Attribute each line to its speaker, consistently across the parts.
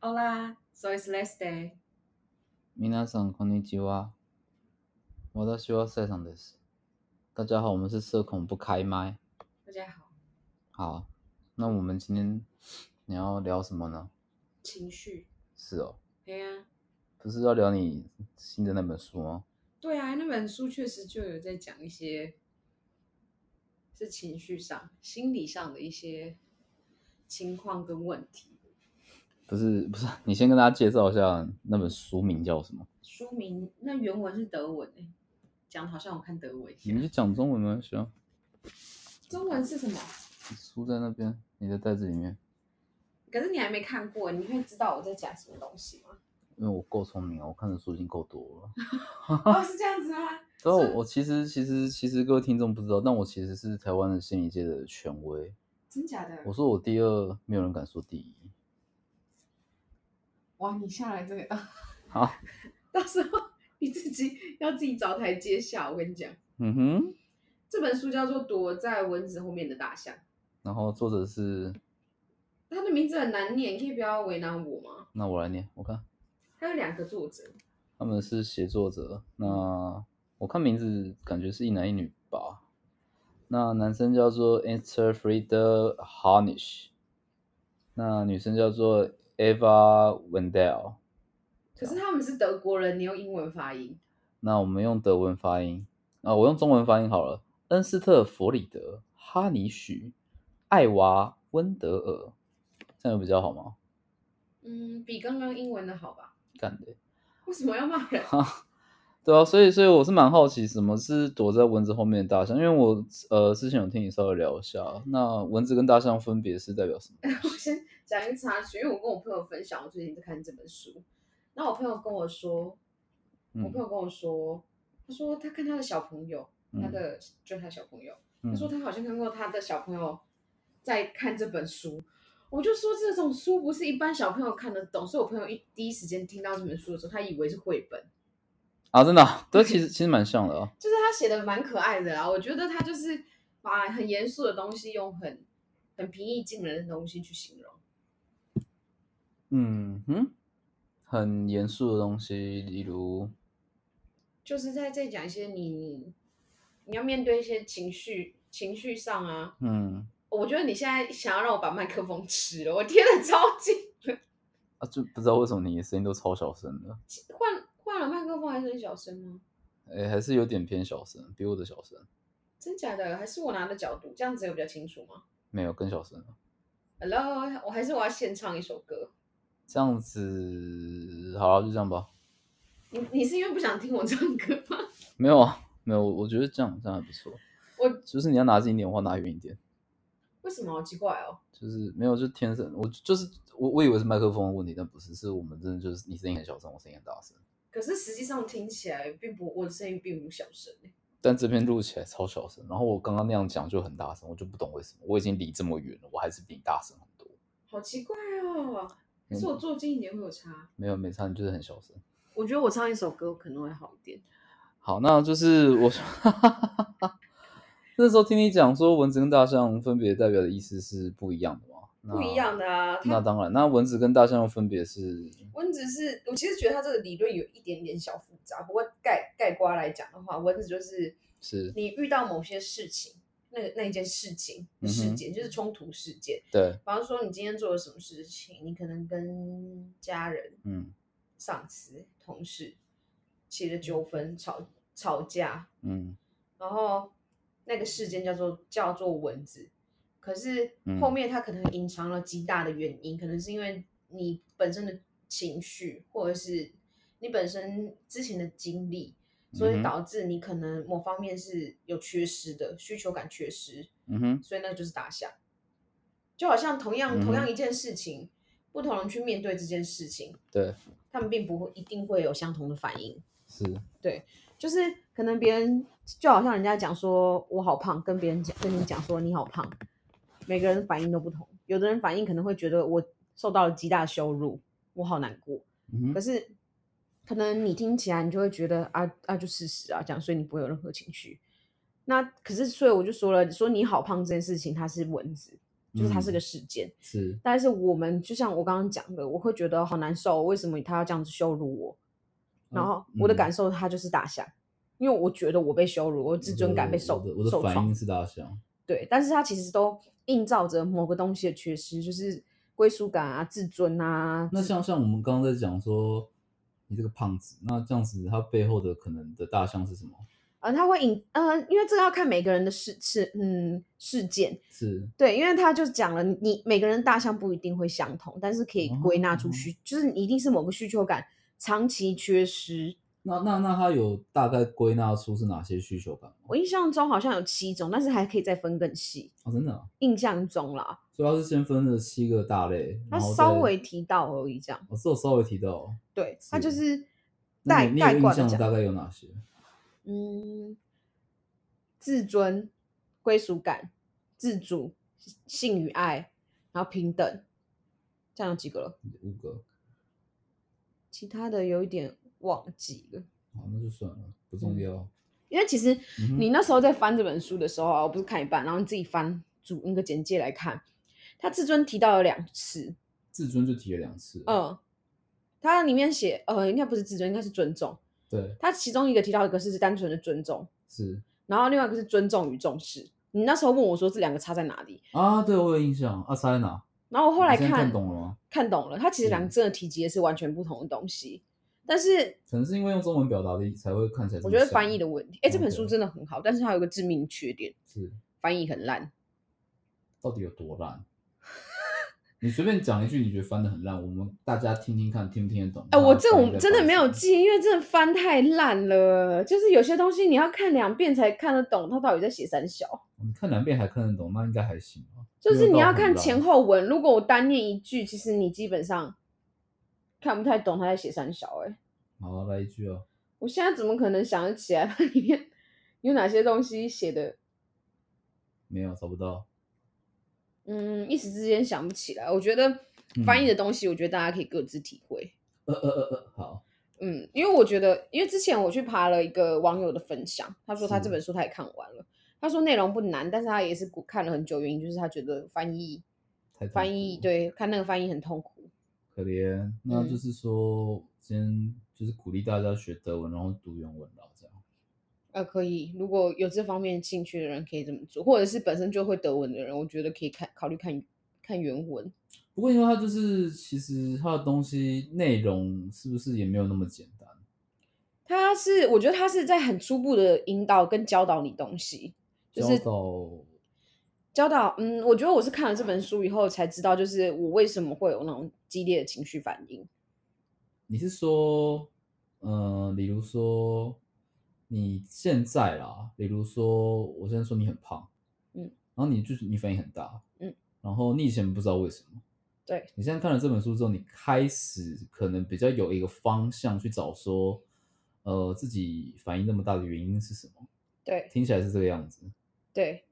Speaker 1: Hola, soy Celeste。
Speaker 2: 皆さんこんにちは。私はセイさんです。大家好，我们是社恐不开麦。
Speaker 1: 大家好，
Speaker 2: 好，那我们今天你要聊什么呢？
Speaker 1: 情绪。
Speaker 2: 是哦，
Speaker 1: 哎呀，
Speaker 2: 不是要聊你新的那本书哦吗？
Speaker 1: 对啊，那本书确实就有在讲一些是情绪上、心理上的一些情况跟问题。
Speaker 2: 不是不是，你先跟大家介绍一下那本书名叫什么？
Speaker 1: 书名那原文是德文诶，讲得好像我看德文一
Speaker 2: 你们
Speaker 1: 样。
Speaker 2: 就讲中文没关系啊。
Speaker 1: 中文是什么？
Speaker 2: 书在那边，你的袋子里面。
Speaker 1: 可是你还没看过，你会知道我在讲什么东西 吗？
Speaker 2: 因为我够聪明啊，我看的书已经够多了。
Speaker 1: 哦，是这样子吗？
Speaker 2: 然后
Speaker 1: 所以
Speaker 2: 我其实其实其实各位听众不知道，但我其实是台湾的心理界的权威。
Speaker 1: 真假的
Speaker 2: 我？说我第二，没有人敢说第一。
Speaker 1: 哇，你下来这个，
Speaker 2: 好，
Speaker 1: 到时候你自己要自己找台阶下。我跟你讲，
Speaker 2: 嗯哼，
Speaker 1: 这本书叫做《躲在蚊子后面的大象》，
Speaker 2: 然后作者是，
Speaker 1: 它的名字很难念，你可以不要为难我吗？
Speaker 2: 那我来念，我看
Speaker 1: 它有两个作者，
Speaker 2: 他们是写作者。那我看名字感觉是一男一女吧。那男生叫做 Interfrieda Harnish，那女生叫做 Eva Wendell。
Speaker 1: 可是他们是德国人，你用英文发音，
Speaker 2: 那我们用德文发音啊，我用中文发音好了。恩斯特·弗里德·哈尼许·艾娃·温德尔，这样有比较好吗？
Speaker 1: 嗯，比刚刚英文的好吧？
Speaker 2: 干的欸。
Speaker 1: 为什么要骂人？
Speaker 2: 对啊，所以所以我是蛮好奇，什么是躲在蚊子后面的大象？因为我呃之前有听你稍微聊一下，那蚊子跟大象分别是代表什么？
Speaker 1: 我先讲一个插曲，因为我跟我朋友分享，我最近在看这本书，然后我朋友跟我说，我
Speaker 2: 嗯
Speaker 1: 朋友跟我说，他说他看他的小朋友，他
Speaker 2: 嗯
Speaker 1: 的就他小朋友，他说
Speaker 2: 嗯，
Speaker 1: 他好像看过他的小朋友在看这本书，我就说这种书不是一般小朋友看得懂，所以我朋友一第一时间听到这本书的时候，他以为是绘本，
Speaker 2: 啊，真的啊、对，其实其实蛮像的啊。
Speaker 1: 就是他写的蛮可爱的啊，我觉得他就是把很严肃的东西用很很平易近人的东西去形容，
Speaker 2: 嗯哼，很严肃的东西，例如
Speaker 1: 就是在在讲一些你你你要面对一些情绪情绪上啊，
Speaker 2: 嗯
Speaker 1: 我觉得你现在想要让我把麦克风吃了，我贴的超近，
Speaker 2: 啊，就不知道为什么你的声音都超小声的，
Speaker 1: 换换了麦克风还是很小声吗？
Speaker 2: 哎，还是有点偏小声，比我的小声，
Speaker 1: 真假的？还是我拿的角度，这样子有比较清楚吗
Speaker 2: 没有更小声了。
Speaker 1: ？Hello，我还是我要现唱一首歌。
Speaker 2: 这样子好了，就这样吧。
Speaker 1: 你你是因为不想听我唱歌吗？
Speaker 2: 没有啊，没有，我我觉得这样这样还不错。
Speaker 1: 我
Speaker 2: 就是你要拿近一点，或拿远一点。
Speaker 1: 为什么好奇怪哦？
Speaker 2: 就是没有，就天生我就是我，我以为是麦克风的问题，但不是，是我们真的就是你声音很小声，我声音很大声，
Speaker 1: 可是实际上听起来并不，我的声音并不小声欸
Speaker 2: 但这边录起来超小声，然后我刚刚那样讲就很大声，我就不懂为什么，我已经离这么远了，我还是比你大声很多。
Speaker 1: 好奇怪哦。可是我坐近一点会有差。
Speaker 2: 没有，没差，你就是很小声。
Speaker 1: 我觉得我唱一首歌可能会好一点。
Speaker 2: 好，那就是我 那时候听你讲说蚊子跟大象分别代表的意思是不一样的嘛？那
Speaker 1: 不一样的啊，
Speaker 2: 那
Speaker 1: 它
Speaker 2: 当然，那蚊子跟大象又分别是
Speaker 1: 蚊子是我其实觉得它这个理论有一点点小复杂，不过概概括来讲的话，蚊子就是
Speaker 2: 是
Speaker 1: 你遇到某些事情，那个那一件事情
Speaker 2: 嗯哼
Speaker 1: 事件就是冲突事件，
Speaker 2: 对，
Speaker 1: 比方说你今天做了什么事情，你可能跟家人、
Speaker 2: 嗯
Speaker 1: 上司、同事起了纠纷、吵吵架，
Speaker 2: 嗯
Speaker 1: 然后那个事件叫做叫做蚊子，可是
Speaker 2: 嗯
Speaker 1: 后面它可能隐藏了极大的原因，可能是因为你本身的情绪，或者是你本身之前的经历，所
Speaker 2: 嗯
Speaker 1: 以
Speaker 2: 哼
Speaker 1: 导致你可能某方面是有缺失的，需求感缺失，
Speaker 2: 嗯哼，
Speaker 1: 所以那就是大象。就好像同样
Speaker 2: 嗯哼
Speaker 1: 同样一件事情，不同人去面对这件事情，
Speaker 2: 对，
Speaker 1: 他们并不会一定会有相同的反应。
Speaker 2: 是，
Speaker 1: 就是可能别人就好像人家讲说我好胖，跟别人讲跟你讲说你好胖，每个人反应都不同。有的人反应可能会觉得我受到了极大的羞辱，我好难过。
Speaker 2: 嗯
Speaker 1: 可
Speaker 2: 哼，
Speaker 1: 是可能你听起来你就会觉得啊啊就事实啊这样，所以你不会有任何情绪。那可是所以我就说了，说你好胖这件事情它是蚊子，就是它是个
Speaker 2: 嗯
Speaker 1: 事件。
Speaker 2: 是
Speaker 1: 但是我们就像我刚刚讲的，我会觉得好难受，为什么他要这样子羞辱我？然
Speaker 2: 嗯
Speaker 1: 后我的
Speaker 2: 嗯
Speaker 1: 感受，他就是大象，因为我觉得我被羞辱，我自尊感被受
Speaker 2: 我的我的
Speaker 1: 受
Speaker 2: 反
Speaker 1: 创
Speaker 2: 应。是大象，
Speaker 1: 对，但是它其实都映照着某个东西的缺失，就是归属感啊、自尊啊。
Speaker 2: 那像像我们刚刚在讲说你这个胖子，那这样子他背后的可能的大象是什么？
Speaker 1: 呃，它会引，呃，因为这个要看每个人的事事，嗯，事件。
Speaker 2: 是
Speaker 1: 对，因为他就讲了你，你每个人大象不一定会相同，但是可以归纳
Speaker 2: 哦
Speaker 1: 出需，就是你一定是某个需求感长期缺失，
Speaker 2: 那那那他有大概归纳出是哪些需求感吗？
Speaker 1: 我印象中好像有七种，但是还可以再分更细。
Speaker 2: 哦，真的啊、
Speaker 1: 印象中啦，
Speaker 2: 所以他是先分了七个大类，
Speaker 1: 他
Speaker 2: 然后
Speaker 1: 稍
Speaker 2: 再
Speaker 1: 微提到而已，这样。
Speaker 2: 我是有稍微提到哦，
Speaker 1: 对，他就是是
Speaker 2: 那
Speaker 1: 带
Speaker 2: 你你有
Speaker 1: 带
Speaker 2: 印
Speaker 1: 挂的
Speaker 2: 象
Speaker 1: 讲，
Speaker 2: 大概有哪些？
Speaker 1: 嗯，自尊、归属感、自主、性与爱，然后平等，这样有几个了？
Speaker 2: 五个，
Speaker 1: 其他的有一点忘记了。
Speaker 2: 好，那就算了，不重
Speaker 1: 嗯
Speaker 2: 要。
Speaker 1: 因为其实
Speaker 2: 嗯哼
Speaker 1: 你那时候在翻这本书的时候啊，我不是看一半，然后你自己翻主那个简介来看，他自尊提到了两次，
Speaker 2: 自尊就提了两次，，
Speaker 1: 嗯，它里面写，呃，应该不是自尊，应该是尊重。
Speaker 2: 对，
Speaker 1: 它其中一个提到一个是单纯的尊重，
Speaker 2: 是
Speaker 1: 然后另外一个是尊重与重视。你那时候问我说这两个差在哪里，
Speaker 2: 啊，对我有印象，啊，塞在哪？
Speaker 1: 然后我后
Speaker 2: 你
Speaker 1: 来
Speaker 2: 现
Speaker 1: 看
Speaker 2: 在看懂了嗯吗？
Speaker 1: 看懂了，它其实两个真的提及的是完全不同的东西。但是
Speaker 2: 可能是因为用中文表达的才会看起来这
Speaker 1: 我
Speaker 2: 么
Speaker 1: 觉
Speaker 2: 像。
Speaker 1: 得翻译的问题，哎、这本
Speaker 2: OK
Speaker 1: 书真的很好，但是它有一个致命的缺点，
Speaker 2: 是
Speaker 1: 翻译很烂。
Speaker 2: 到底有多烂？ 你随便讲一句，你觉得翻的很烂，我们大家听听看，听不听得懂？
Speaker 1: 哎、我
Speaker 2: 它
Speaker 1: 这
Speaker 2: 翻译
Speaker 1: 我
Speaker 2: 在
Speaker 1: 真的
Speaker 2: 翻
Speaker 1: 没有
Speaker 2: 什么
Speaker 1: 记，因为真的翻太烂了，就是有些东西你要看两遍才看得懂它到底在写三小。
Speaker 2: 你看两遍还看得懂，那应该还行吧。
Speaker 1: 就是你要
Speaker 2: 没
Speaker 1: 看
Speaker 2: 有到很烂
Speaker 1: 前后文，如果我单念一句，其实你基本上看不太懂他在写三小、欸。哎，
Speaker 2: 好，来一句哦。
Speaker 1: 我现在怎么可能想得起来 它里面有哪些东西写的？
Speaker 2: 没有找不到，
Speaker 1: 嗯，一时之间想不起来。我觉得翻
Speaker 2: 嗯
Speaker 1: 译的东西，我觉得大家可以各自体会。
Speaker 2: 呃呃呃呃，好，
Speaker 1: 嗯，因为我觉得，因为之前我去爬了一个网友的分享，他说他
Speaker 2: 是
Speaker 1: 这本书他也看完了，他说内容不难，但是他也是看了很久，原因就是他觉得翻译
Speaker 2: 太痛
Speaker 1: 翻译
Speaker 2: 苦了
Speaker 1: 对看那个翻译很痛苦。
Speaker 2: 可怜。那
Speaker 1: 嗯
Speaker 2: 就是说，先就是鼓励大家学德文，然后读原文啦，这样。
Speaker 1: 呃，可以，如果有这方面兴趣的人可以这么做，或者是本身就会德文的人，我觉得可以看考虑看看原文。
Speaker 2: 不过因为它就是，其实它的东西内容是不是也没有那么简单？
Speaker 1: 他是，我觉得他是在很初步的引导跟教导你东西，就是
Speaker 2: 教导
Speaker 1: 教导。嗯，我觉得我是看了这本书以后才知道，就是我为什么会有那种激烈的情绪反应。
Speaker 2: 你是说，呃，比如说你现在啦，比如说我现在说你很胖，
Speaker 1: 嗯，
Speaker 2: 然后你就是你反应很大，
Speaker 1: 嗯，
Speaker 2: 然后你以前不知道为什么，
Speaker 1: 对，
Speaker 2: 你现在看了这本书之后，你开始可能比较有一个方向去找说，呃，自己反应那么大的原因是什么？
Speaker 1: 对，
Speaker 2: 听起来是这个样子。
Speaker 1: 对，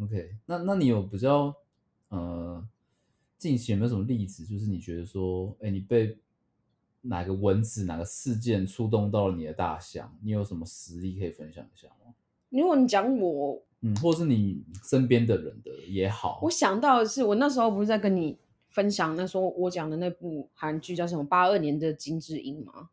Speaker 2: OK，那那你有比较呃，近期有没有什么例子，就是你觉得说，哎，你被哪个文字、哪个事件触动到了你的大象？你有什么实例可以分享一下吗？
Speaker 1: 如果你讲我，
Speaker 2: 嗯，或是你身边的人的也好
Speaker 1: 我，想到的是，我那时候不是在跟你分享那时候我讲的那部韩剧叫什么八二年的金智英吗？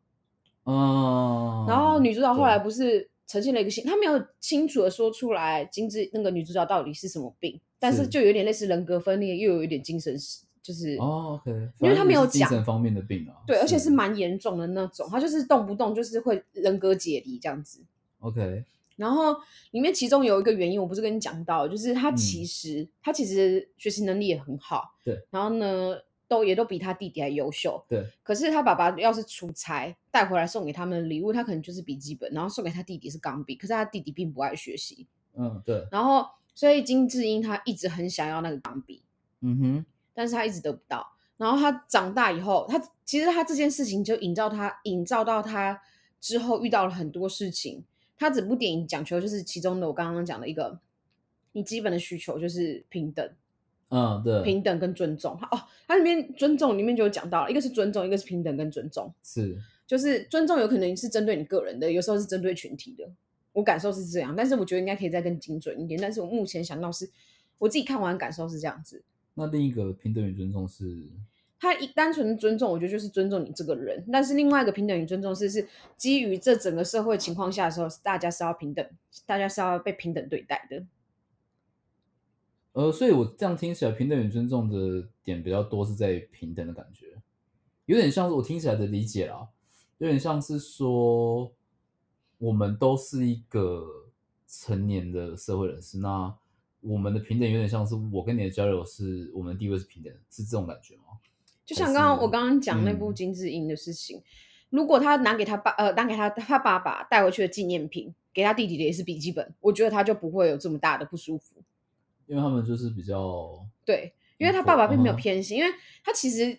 Speaker 2: 嗯，
Speaker 1: 然后女主角后来
Speaker 2: 对
Speaker 1: 不是呈现了一个新，她没有清楚的说出来金智那个女主角到底是什么病，但是
Speaker 2: 是
Speaker 1: 就有点类似人格分裂，又有一点精神失，就是
Speaker 2: 哦，OK，
Speaker 1: 因为
Speaker 2: 反正
Speaker 1: 她没
Speaker 2: 也
Speaker 1: 有
Speaker 2: 是精
Speaker 1: 讲
Speaker 2: 神方面的病啊，
Speaker 1: 对，而且是蛮严重的那种，她就是动不动就是会人格解离这样子。
Speaker 2: OK，
Speaker 1: 然后里面其中有一个原因，我不是跟你讲到，就是她
Speaker 2: 嗯
Speaker 1: 其实、她其实学习能力也很好，
Speaker 2: 对，
Speaker 1: 然后呢都也都比她弟弟还优秀，
Speaker 2: 对，
Speaker 1: 可是他爸爸要是出差带回来送给他们的礼物，他可能就是笔记本，然后送给他弟弟是钢笔。可是他弟弟并不爱学习，
Speaker 2: 嗯，对，
Speaker 1: 然后所以金智英她一直很想要那个钢笔，
Speaker 2: 嗯哼，
Speaker 1: 但是她一直得不到。然后她长大以后，她其实她这件事情就引照她引照到她之后遇到了很多事情。她整部电影讲求就是其中的我刚刚讲的一个，你基本的需求就是平等，
Speaker 2: 嗯，对，
Speaker 1: 平等跟尊重。它哦，它里面尊重里面就有讲到了，一个是尊重，一个是平等跟尊重。
Speaker 2: 是，
Speaker 1: 就是尊重有可能是针对你个人的，有时候是针对群体的。我感受是这样，但是我觉得应该可以再更精准一点。但是我目前想到是，我自己看完感受是这样子。
Speaker 2: 那另一个平等与尊重是，
Speaker 1: 他一单纯的尊重，我觉得就是尊重你这个人。但是另外一个平等与尊重是，是基于这整个社会情况下的时候，大家是要平等，大家是要被平等对待的。
Speaker 2: 呃，所以我这样听起来，平等与尊重的点比较多是在平等的感觉，有点像是我听起来的理解啦，有点像是说我们都是一个成年的社会人士，那我们的平等有点像是我跟你的交流是我们的地位是平等的，是这种感觉吗？
Speaker 1: 就像刚刚
Speaker 2: 是
Speaker 1: 我刚刚讲那部
Speaker 2: 嗯
Speaker 1: 金智英的事情，如果他拿给他爸呃拿给他他爸爸带回去的纪念品，给他弟弟的也是笔记本，我觉得他就不会有这么大的不舒服。
Speaker 2: 因为他们就是比较
Speaker 1: 对，因为
Speaker 2: 没
Speaker 1: 他
Speaker 2: 错
Speaker 1: 爸爸并没有
Speaker 2: 嗯哼
Speaker 1: 偏心，因为他其实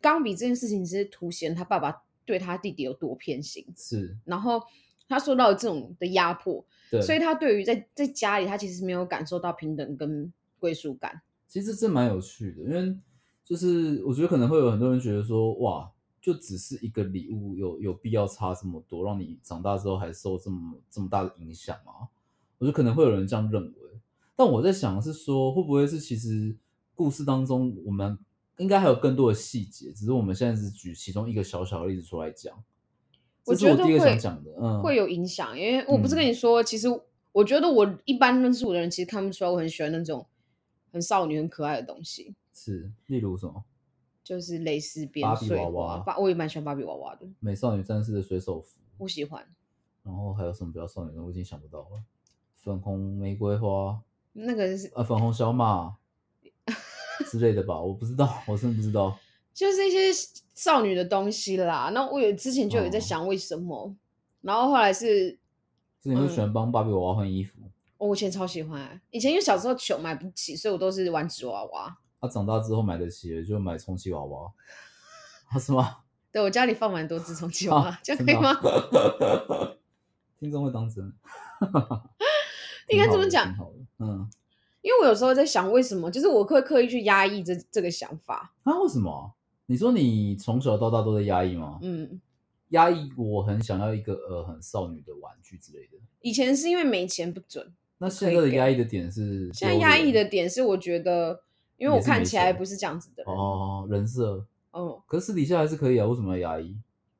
Speaker 1: 钢笔这件事情只是凸显他爸爸对他弟弟有多偏心，
Speaker 2: 是
Speaker 1: 然后他受到了这种的压迫，
Speaker 2: 对，
Speaker 1: 所以他对于在在家里，他其实没有感受到平等跟归属感。
Speaker 2: 其实这蛮有趣的，因为就是我觉得可能会有很多人觉得说，哇，就只是一个礼物，有有必要差这么多，让你长大之后还受这么这么大的影响吗？我觉得可能会有人这样认为，但我在想的是说，会不会是其实故事当中我们应该还有更多的细节，只是我们现在只举其中一个小小的例子出来讲。
Speaker 1: 我
Speaker 2: 这是
Speaker 1: 觉
Speaker 2: 我
Speaker 1: 得
Speaker 2: 第一个想
Speaker 1: 会
Speaker 2: 讲的，嗯，
Speaker 1: 会
Speaker 2: 有
Speaker 1: 有影响，因为我不是跟你说，其实我觉得我一般认识我的人，其实看不出来我很喜欢那种很少女、很可爱的东西，
Speaker 2: 是，例如什么
Speaker 1: 就是蕾丝边、
Speaker 2: 芭比
Speaker 1: 碎
Speaker 2: 娃
Speaker 1: 花，
Speaker 2: 娃
Speaker 1: 芭我也蛮喜欢芭比娃娃的，
Speaker 2: 美少女战士的水手服，
Speaker 1: 我喜欢
Speaker 2: 然后还有什么比较少女的，我已经想不到了。粉红玫瑰花，
Speaker 1: 那个是
Speaker 2: 呃，粉红小 马之类的吧，我不知道，我真的不知道。
Speaker 1: 就是一些少女的东西啦。那我有之前就有在
Speaker 2: 哦
Speaker 1: 想为什么，然后后来是。
Speaker 2: 就是你会
Speaker 1: 嗯
Speaker 2: 喜欢帮芭比娃娃换衣服，
Speaker 1: 哦我以前超喜欢，以前因为小时候穷买不起，所以我都是玩纸娃娃。
Speaker 2: 他、啊长大之后买得起了，就买充气娃娃，啊，是吗？
Speaker 1: 对我家里放蛮多自充气娃娃
Speaker 2: 啊，，
Speaker 1: 这样
Speaker 2: 真
Speaker 1: 可以
Speaker 2: 的
Speaker 1: 吗
Speaker 2: 啊？ 听众会当真？
Speaker 1: 应该
Speaker 2: 挺
Speaker 1: 这
Speaker 2: 好
Speaker 1: 么
Speaker 2: 的哦
Speaker 1: 讲
Speaker 2: 挺好的，嗯，
Speaker 1: 因为我有时候在想，为什么就是我会刻意去压抑这这个想法，
Speaker 2: 啊，为什么啊？你说你从小到大都在压抑吗？
Speaker 1: 嗯。
Speaker 2: 压抑我很想要一个呃很少女的玩具之类的。
Speaker 1: 以前是因为没钱不准，
Speaker 2: 那
Speaker 1: 可
Speaker 2: 现
Speaker 1: 以
Speaker 2: 在的
Speaker 1: 给
Speaker 2: 压抑的点是
Speaker 1: 现在
Speaker 2: 丢
Speaker 1: 压
Speaker 2: 脸
Speaker 1: 抑的点是我觉得，因为我
Speaker 2: 也是
Speaker 1: 看
Speaker 2: 没
Speaker 1: 起来
Speaker 2: 钱
Speaker 1: 不是这样子的人，
Speaker 2: 哦，人设。
Speaker 1: 哦，
Speaker 2: 可是私底下还是可以啊，为什么要压抑？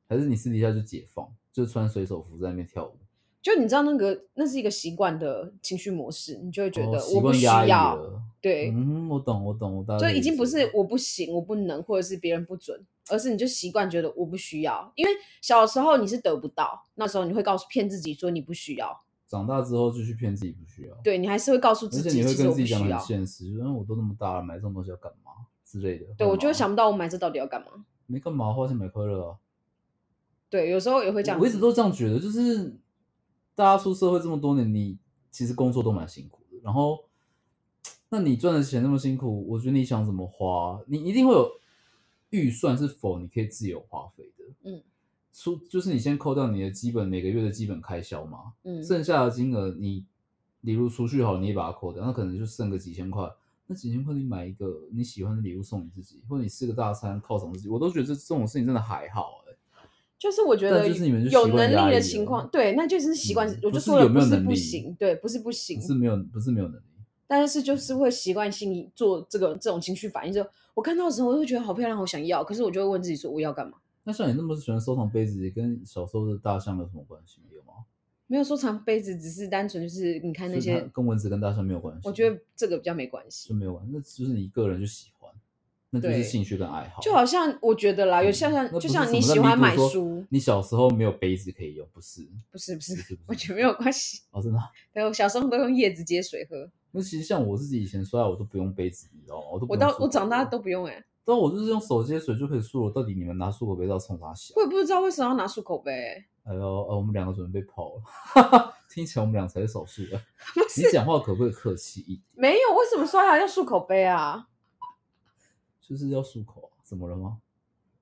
Speaker 2: 还是你私底下就解放，就穿水手服在那边跳舞？
Speaker 1: 就你知道那个那是一个习惯的情绪模式，你就会觉
Speaker 2: 哦
Speaker 1: 得
Speaker 2: 习
Speaker 1: 我不
Speaker 2: 惯
Speaker 1: 需
Speaker 2: 压抑
Speaker 1: 要，
Speaker 2: 了。
Speaker 1: 对，
Speaker 2: 嗯，我懂，我懂，我大概
Speaker 1: 就
Speaker 2: 可以
Speaker 1: 已经
Speaker 2: 理
Speaker 1: 不
Speaker 2: 解
Speaker 1: 是我不行，我不能，或者是别人不准，而是你就习惯觉得我不需要，因为小时候你是得不到，那时候你会告诉骗自己说你不需要，
Speaker 2: 长大之后就去骗自己不需要，，
Speaker 1: 对你还是会告诉自
Speaker 2: 而且
Speaker 1: 己，
Speaker 2: 你
Speaker 1: 其
Speaker 2: 会
Speaker 1: 实
Speaker 2: 跟
Speaker 1: 我
Speaker 2: 自
Speaker 1: 不
Speaker 2: 己讲
Speaker 1: 需
Speaker 2: 得很
Speaker 1: 要。
Speaker 2: 现实，就嗯，我都那么大了，买这种东西要干嘛之类的。
Speaker 1: 对，我就
Speaker 2: 就
Speaker 1: 会想不到我买这到底要干嘛。
Speaker 2: 没干嘛，花钱买快乐啊。
Speaker 1: 对，有时候也会这样子。
Speaker 2: 我一直都这样觉得，就是大家出社会这么多年，你其实工作都蛮辛苦的，然后那你赚的钱那么辛苦，我觉得你想怎么花，你一定会有预算，是否你可以自由花费的？
Speaker 1: 嗯，
Speaker 2: 出就是你先扣掉你的基本每个月的基本开销嘛，
Speaker 1: 嗯，
Speaker 2: 剩下的金额你，例如储蓄好，你也把它扣掉，那可能就剩个几千块。那几千块你买一个你喜欢的礼物送你自己，或者你吃个大餐犒赏自己，我都觉得这这种事情真的还好哎、
Speaker 1: 就是我觉
Speaker 2: 但
Speaker 1: 得
Speaker 2: 就是你们就
Speaker 1: 有
Speaker 2: 习
Speaker 1: 能
Speaker 2: 惯压
Speaker 1: 力的
Speaker 2: 抑
Speaker 1: 情
Speaker 2: 了
Speaker 1: 况，对，那就是习惯。
Speaker 2: 嗯
Speaker 1: 我
Speaker 2: 不
Speaker 1: 就是说了，
Speaker 2: 有没
Speaker 1: 不
Speaker 2: 有
Speaker 1: 是
Speaker 2: 能
Speaker 1: 不
Speaker 2: 力
Speaker 1: 行，对，不是不行
Speaker 2: 不，是没有不是没有能力，
Speaker 1: 但是就是会习惯性做这个这种情绪反应。就我看到的时候，我会觉得好漂亮，好想要，可是我就会问自己说，我要干嘛？
Speaker 2: 那像你那么喜欢收藏杯子，跟小时候的大象有什么关系没有吗？
Speaker 1: 没有收藏杯子，只是单纯就是你看那
Speaker 2: 所以它
Speaker 1: 些，
Speaker 2: 跟蚊子跟大象没有关系，
Speaker 1: 我觉得这个比较没关系
Speaker 2: 就。没有关系，那就是你个人就喜欢，那就
Speaker 1: 对
Speaker 2: 是兴趣跟爱好。嗯
Speaker 1: 就好像我觉得啦，有像像
Speaker 2: 那不
Speaker 1: 就是像
Speaker 2: 什
Speaker 1: 你
Speaker 2: 么在
Speaker 1: 喜欢
Speaker 2: 弥补
Speaker 1: 买
Speaker 2: 说
Speaker 1: 书，
Speaker 2: 你小时候没有杯子可以用，不是？
Speaker 1: 不是不
Speaker 2: 不
Speaker 1: 是，
Speaker 2: 是，不是
Speaker 1: 我觉得没有关系。
Speaker 2: 哦，真的啊。
Speaker 1: 对，我小时候都用叶子接水喝，
Speaker 2: 那其实像我自己以前摔，我都不用杯子，你知道吗？我都不
Speaker 1: 我
Speaker 2: 用
Speaker 1: 到
Speaker 2: 漱口
Speaker 1: 我长大
Speaker 2: 杯，
Speaker 1: 都不用哎、
Speaker 2: 但我就是用手接水就可以漱了。到底你们拿漱口杯到冲啥小？
Speaker 1: 我也不知道为什么要拿漱口杯、欸
Speaker 2: 哎呦，呃，我们两个准备被泡了， 听起来我们俩才是少数的。
Speaker 1: 不
Speaker 2: 你
Speaker 1: 是
Speaker 2: 讲话可不可以客气一点？
Speaker 1: 没有，为什么刷牙要漱口杯啊？
Speaker 2: 就是要漱口啊，怎么了吗？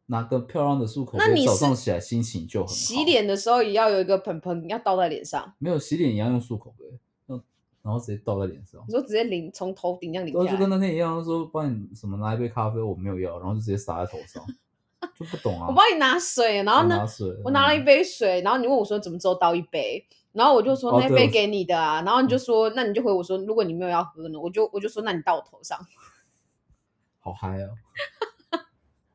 Speaker 2: 拿个漂亮的漱口
Speaker 1: 那你
Speaker 2: 杯，早
Speaker 1: 是
Speaker 2: 上起来心情就很好。
Speaker 1: 洗脸的时候也要有一个盆盆，要倒在脸上。
Speaker 2: 没有洗脸一样用漱口杯，用然后直接倒在脸上
Speaker 1: 你，说直接淋从头顶这样淋
Speaker 2: 然后
Speaker 1: 下
Speaker 2: 就跟
Speaker 1: 来，
Speaker 2: 那天一样，说帮你什么拿一杯咖啡，我没有要，然后就直接洒在头上，就不懂啊。
Speaker 1: 我帮你拿水，然后
Speaker 2: 我
Speaker 1: 呢
Speaker 2: 拿，水，
Speaker 1: 我拿了一
Speaker 2: 嗯，
Speaker 1: 杯水，然后你问我说怎么之后倒一杯，然后我就说
Speaker 2: 哦
Speaker 1: 那
Speaker 2: 对
Speaker 1: 杯
Speaker 2: 我嗯
Speaker 1: 给你的啊，然后你就说那你就回我说如果你没有要喝呢，我就我就说那你倒我头上，
Speaker 2: 好嗨哦！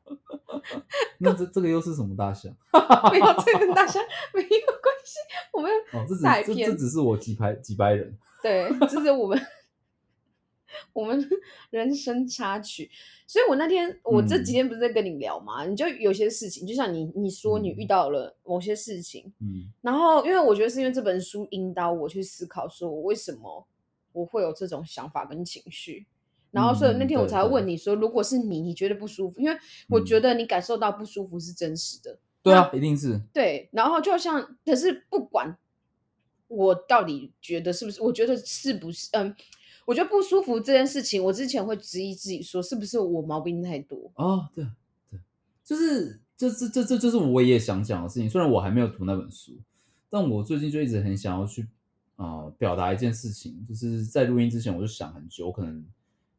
Speaker 2: 那这这个又是什么大象？
Speaker 1: 没有，这跟大家 没有关系。我们
Speaker 2: 哦，这只
Speaker 1: 大
Speaker 2: 这
Speaker 1: 片
Speaker 2: 这只是我几百几百人，
Speaker 1: 对，这是我们 我们人生插曲。所以我那天我这几
Speaker 2: 嗯
Speaker 1: 天不是在跟你聊嘛，你就有些事情，就像你你说你遇
Speaker 2: 嗯
Speaker 1: 到了某些事情，
Speaker 2: 嗯
Speaker 1: 然后因为我觉得是因为这本书引导我去思考，说我为什么我会有这种想法跟情绪。然后，所以那
Speaker 2: 嗯
Speaker 1: 天我
Speaker 2: 对
Speaker 1: 才
Speaker 2: 对
Speaker 1: 问你说，如果是你，你觉得不舒服？因为我觉
Speaker 2: 嗯
Speaker 1: 得你感受到不舒服是真实的，
Speaker 2: 对啊，一定是
Speaker 1: 对，然后就像，可是不管我到底觉得是不是，我觉得是不是，嗯，我觉得不舒服这件事情，我之前会质疑自己说是不是我毛病太多，
Speaker 2: 哦，对对，就是这这这这就是我也想讲的事情。虽然我还没有读那本书，但我最近就一直很想要去啊、呃表达一件事情，就是在录音之前我就想很久，我可能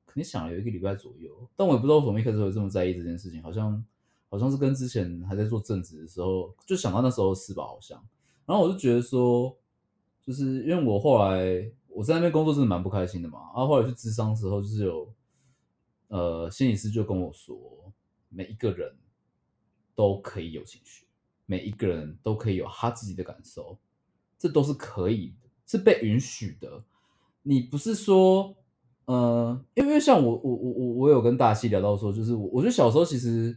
Speaker 2: 肯定想了有一个礼拜左右，但我也不知道为什么一开始会这么在意这件事情，好像好像是跟之前还在做正职的时候就想到那时候是吧，好像。然后我就觉得说，就是因为我后来我在那边工作真的蛮不开心的嘛，然后后来去咨商的时候，就是有呃心理师就跟我说，每一个人都可以有情绪，每一个人都可以有他自己的感受，这都是可以的，是被允许的。你不是说，呃，因为因为像我我我我我有跟大西聊到说，就是我我觉得小时候其实，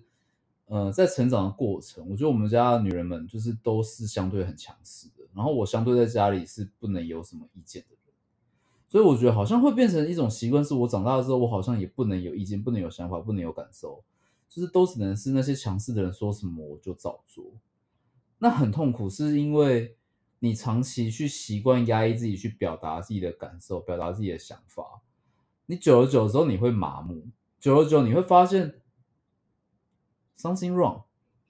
Speaker 2: 呃，在成长的过程，我觉得我们家的女人们就是都是相对很强势的，然后我相对在家里是不能有什么意见的人，所以我觉得好像会变成一种习惯，是我长大之后，我好像也不能有意见，不能有想法，不能有感受，就是都只能是那些强势的人说什么我就照做，那很痛苦，是因为你长期去习惯压抑自己去表达自己的感受，表达自己的想法，你久而久之后你会麻木，久而久你会发现 something wrong，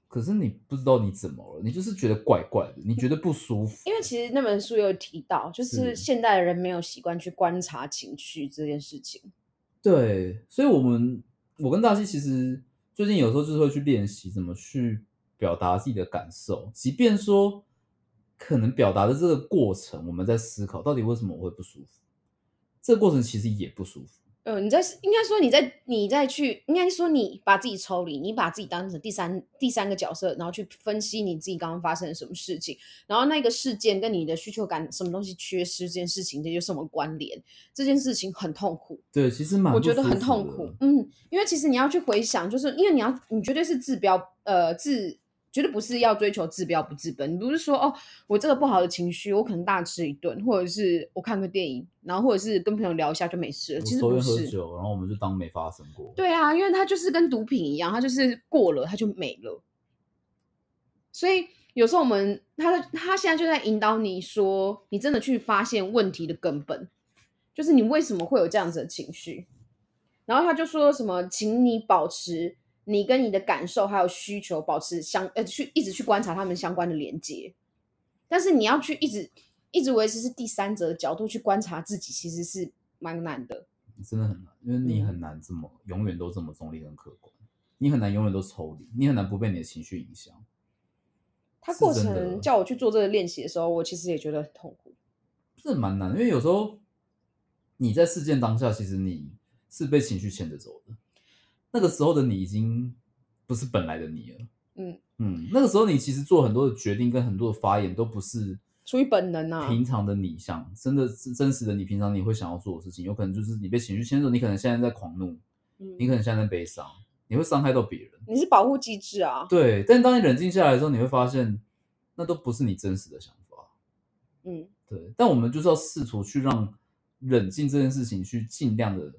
Speaker 2: 可是你不知道你怎么了，你就是觉得怪怪的，你觉得不舒服，
Speaker 1: 因为其实那本书有提到，就是
Speaker 2: 是
Speaker 1: 现代人没有习惯去观察情绪这件事情，
Speaker 2: 对，所以我们我跟大西其实最近有时候就是会去练习怎么去表达自己的感受，即便说可能表达的这个过程，我们在思考到底为什么我会不舒服，这个过程其实也不舒服。
Speaker 1: 嗯，你在应该说你在你再去，应该说你把自己抽离，你把自己当成第三第三个角色，然后去分析你自己刚刚发生了什么事情，然后那个事件跟你的需求感什么东西缺失这件事情，这有什么关联？这件事情很痛苦，
Speaker 2: 对，其实蛮
Speaker 1: 我
Speaker 2: 不
Speaker 1: 觉得
Speaker 2: 舒
Speaker 1: 很
Speaker 2: 服
Speaker 1: 痛
Speaker 2: 的
Speaker 1: 苦。嗯，因为其实你要去回想，就是因为你要，你绝对是治标，呃，治绝对不是要追求治标不治本。你不是说哦，我这个不好的情绪，我可能大吃一顿，或者是我看个电影，然后或者是跟朋友聊一下就没事了。
Speaker 2: 我
Speaker 1: 其实
Speaker 2: 抽
Speaker 1: 不
Speaker 2: 烟喝
Speaker 1: 是，
Speaker 2: 酒，然后我们就当没发生过。
Speaker 1: 对啊，因为它就是跟毒品一样，它就是过了，它就没了。所以有时候我们，他他现在就在引导你说，你真的去发现问题的根本，就是你为什么会有这样子的情绪。然后他就说什么，请你保持你跟你的感受还有需求保持相呃去一直去观察他们相关的连接，但是你要去一直一直维持是第三者的角度去观察自己，其实是蛮难的。
Speaker 2: 真的很难，因为你
Speaker 1: 嗯
Speaker 2: 很难这么、永远都这么中立跟客观，你很难永远都抽离，你很难不被你的情绪影响。
Speaker 1: 他
Speaker 2: 是
Speaker 1: 过
Speaker 2: 真的哦
Speaker 1: 程叫我去做这个练习的时候，我其实也觉得很痛苦。
Speaker 2: 这蛮难的，因为有时候你在事件当下，其实你是被情绪牵着走的。那个时候的你已经不是本来的你了。
Speaker 1: 嗯
Speaker 2: 嗯，那个时候你其实做很多的决定跟很多的发言都不是
Speaker 1: 出于本能啊
Speaker 2: 平常的你想真的是真实的你，平常你会想要做的事情，有可能就是你被情绪牵着，你可能现在在狂怒，
Speaker 1: 嗯
Speaker 2: 你可能现在在悲伤，你会伤害到别人。
Speaker 1: 你是保护机制啊，
Speaker 2: 对，但当你冷静下来的时候，你会发现那都不是你真实的想法。
Speaker 1: 嗯，
Speaker 2: 对，但我们就是要试图去让冷静这件事情去尽量的，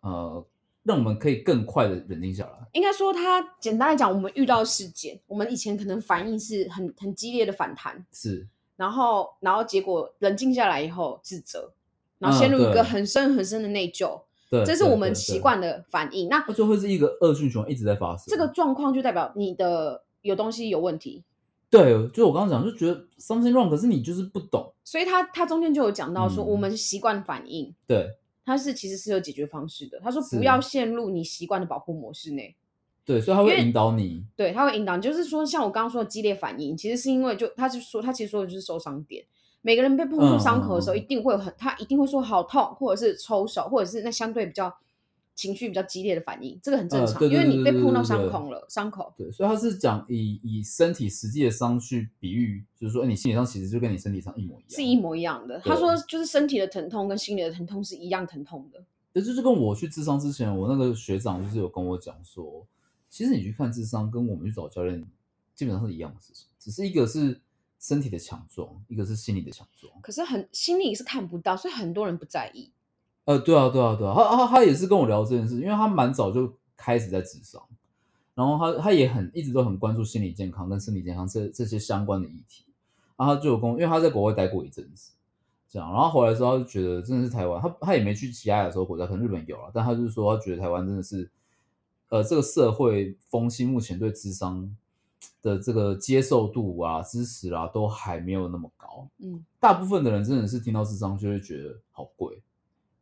Speaker 2: 呃，让我们可以更快的冷静下来。
Speaker 1: 应该说它简单来讲，我们遇到事件，我们以前可能反应是很很激烈的反弹，
Speaker 2: 是，
Speaker 1: 然后然后结果冷静下来以后自责，然后
Speaker 2: 嗯
Speaker 1: 陷入一
Speaker 2: 对
Speaker 1: 个很深很深的内疚，
Speaker 2: 对，
Speaker 1: 这是
Speaker 2: 对
Speaker 1: 我们习，惯的反应。那
Speaker 2: 对对它就会是一个恶性循环一直在发生。
Speaker 1: 这个状况就代表你的有东西有问题，
Speaker 2: 对，就我刚刚讲，就觉得 something wrong，可是你就是不懂。
Speaker 1: 所以他他中间就有讲到说，
Speaker 2: 嗯
Speaker 1: 我们习惯反应，
Speaker 2: 对
Speaker 1: 它是其实是有解决方式的。他说不
Speaker 2: 是
Speaker 1: 要陷入你习惯的保护模式内。
Speaker 2: 对，所以它
Speaker 1: 因
Speaker 2: 会
Speaker 1: 为
Speaker 2: 引导你。
Speaker 1: 对，他会引导你，就是说，像我刚刚说的激烈反应，其实是因为就他就说，他其实说的就是受伤点。每个人被碰触伤口的时候，
Speaker 2: 嗯嗯嗯
Speaker 1: 一定会有很，他一定会说好痛，或者是抽手，或者是那相对比较情绪比较激烈的反应，这个很正
Speaker 2: 呃
Speaker 1: 常，
Speaker 2: 对对
Speaker 1: 因为你
Speaker 2: 对
Speaker 1: 被
Speaker 2: 对
Speaker 1: 碰
Speaker 2: 对
Speaker 1: 到伤
Speaker 2: 对
Speaker 1: 口了，伤口，
Speaker 2: 对，所以他是讲以以身体实际的伤去比喻，就是说，哎，你心理上其实就跟你身体上一模一样，
Speaker 1: 是一模一样的。他
Speaker 2: 对
Speaker 1: 说，就是身体的疼痛跟心理的疼痛是一样疼痛的。
Speaker 2: 对，就是跟我去智商之前，我那个学长就是有跟我讲说，其实你去看智商，跟我们去找教练基本上是一样的事情，只是一个是身体的强壮，一个是心理的强壮。
Speaker 1: 可是很心理是看不到，所以很多人不在意。
Speaker 2: 呃，对啊，对啊，对啊，他他他也是跟我聊这件事，因为他蛮早就开始在智商，然后他他也很一直都很关注心理健康跟身体健康这这些相关的议题，然后他就有跟我，因为他在国外待过一阵子，这样，然后回来之后他就觉得真的是台湾，他他也没去其他亚洲国家，可能日本有了，但他就是说他觉得台湾真的是，呃，这个社会风气目前对智商的这个接受度啊、支持啊，都还没有那么高，
Speaker 1: 嗯，
Speaker 2: 大部分的人真的是听到智商就会觉得好贵，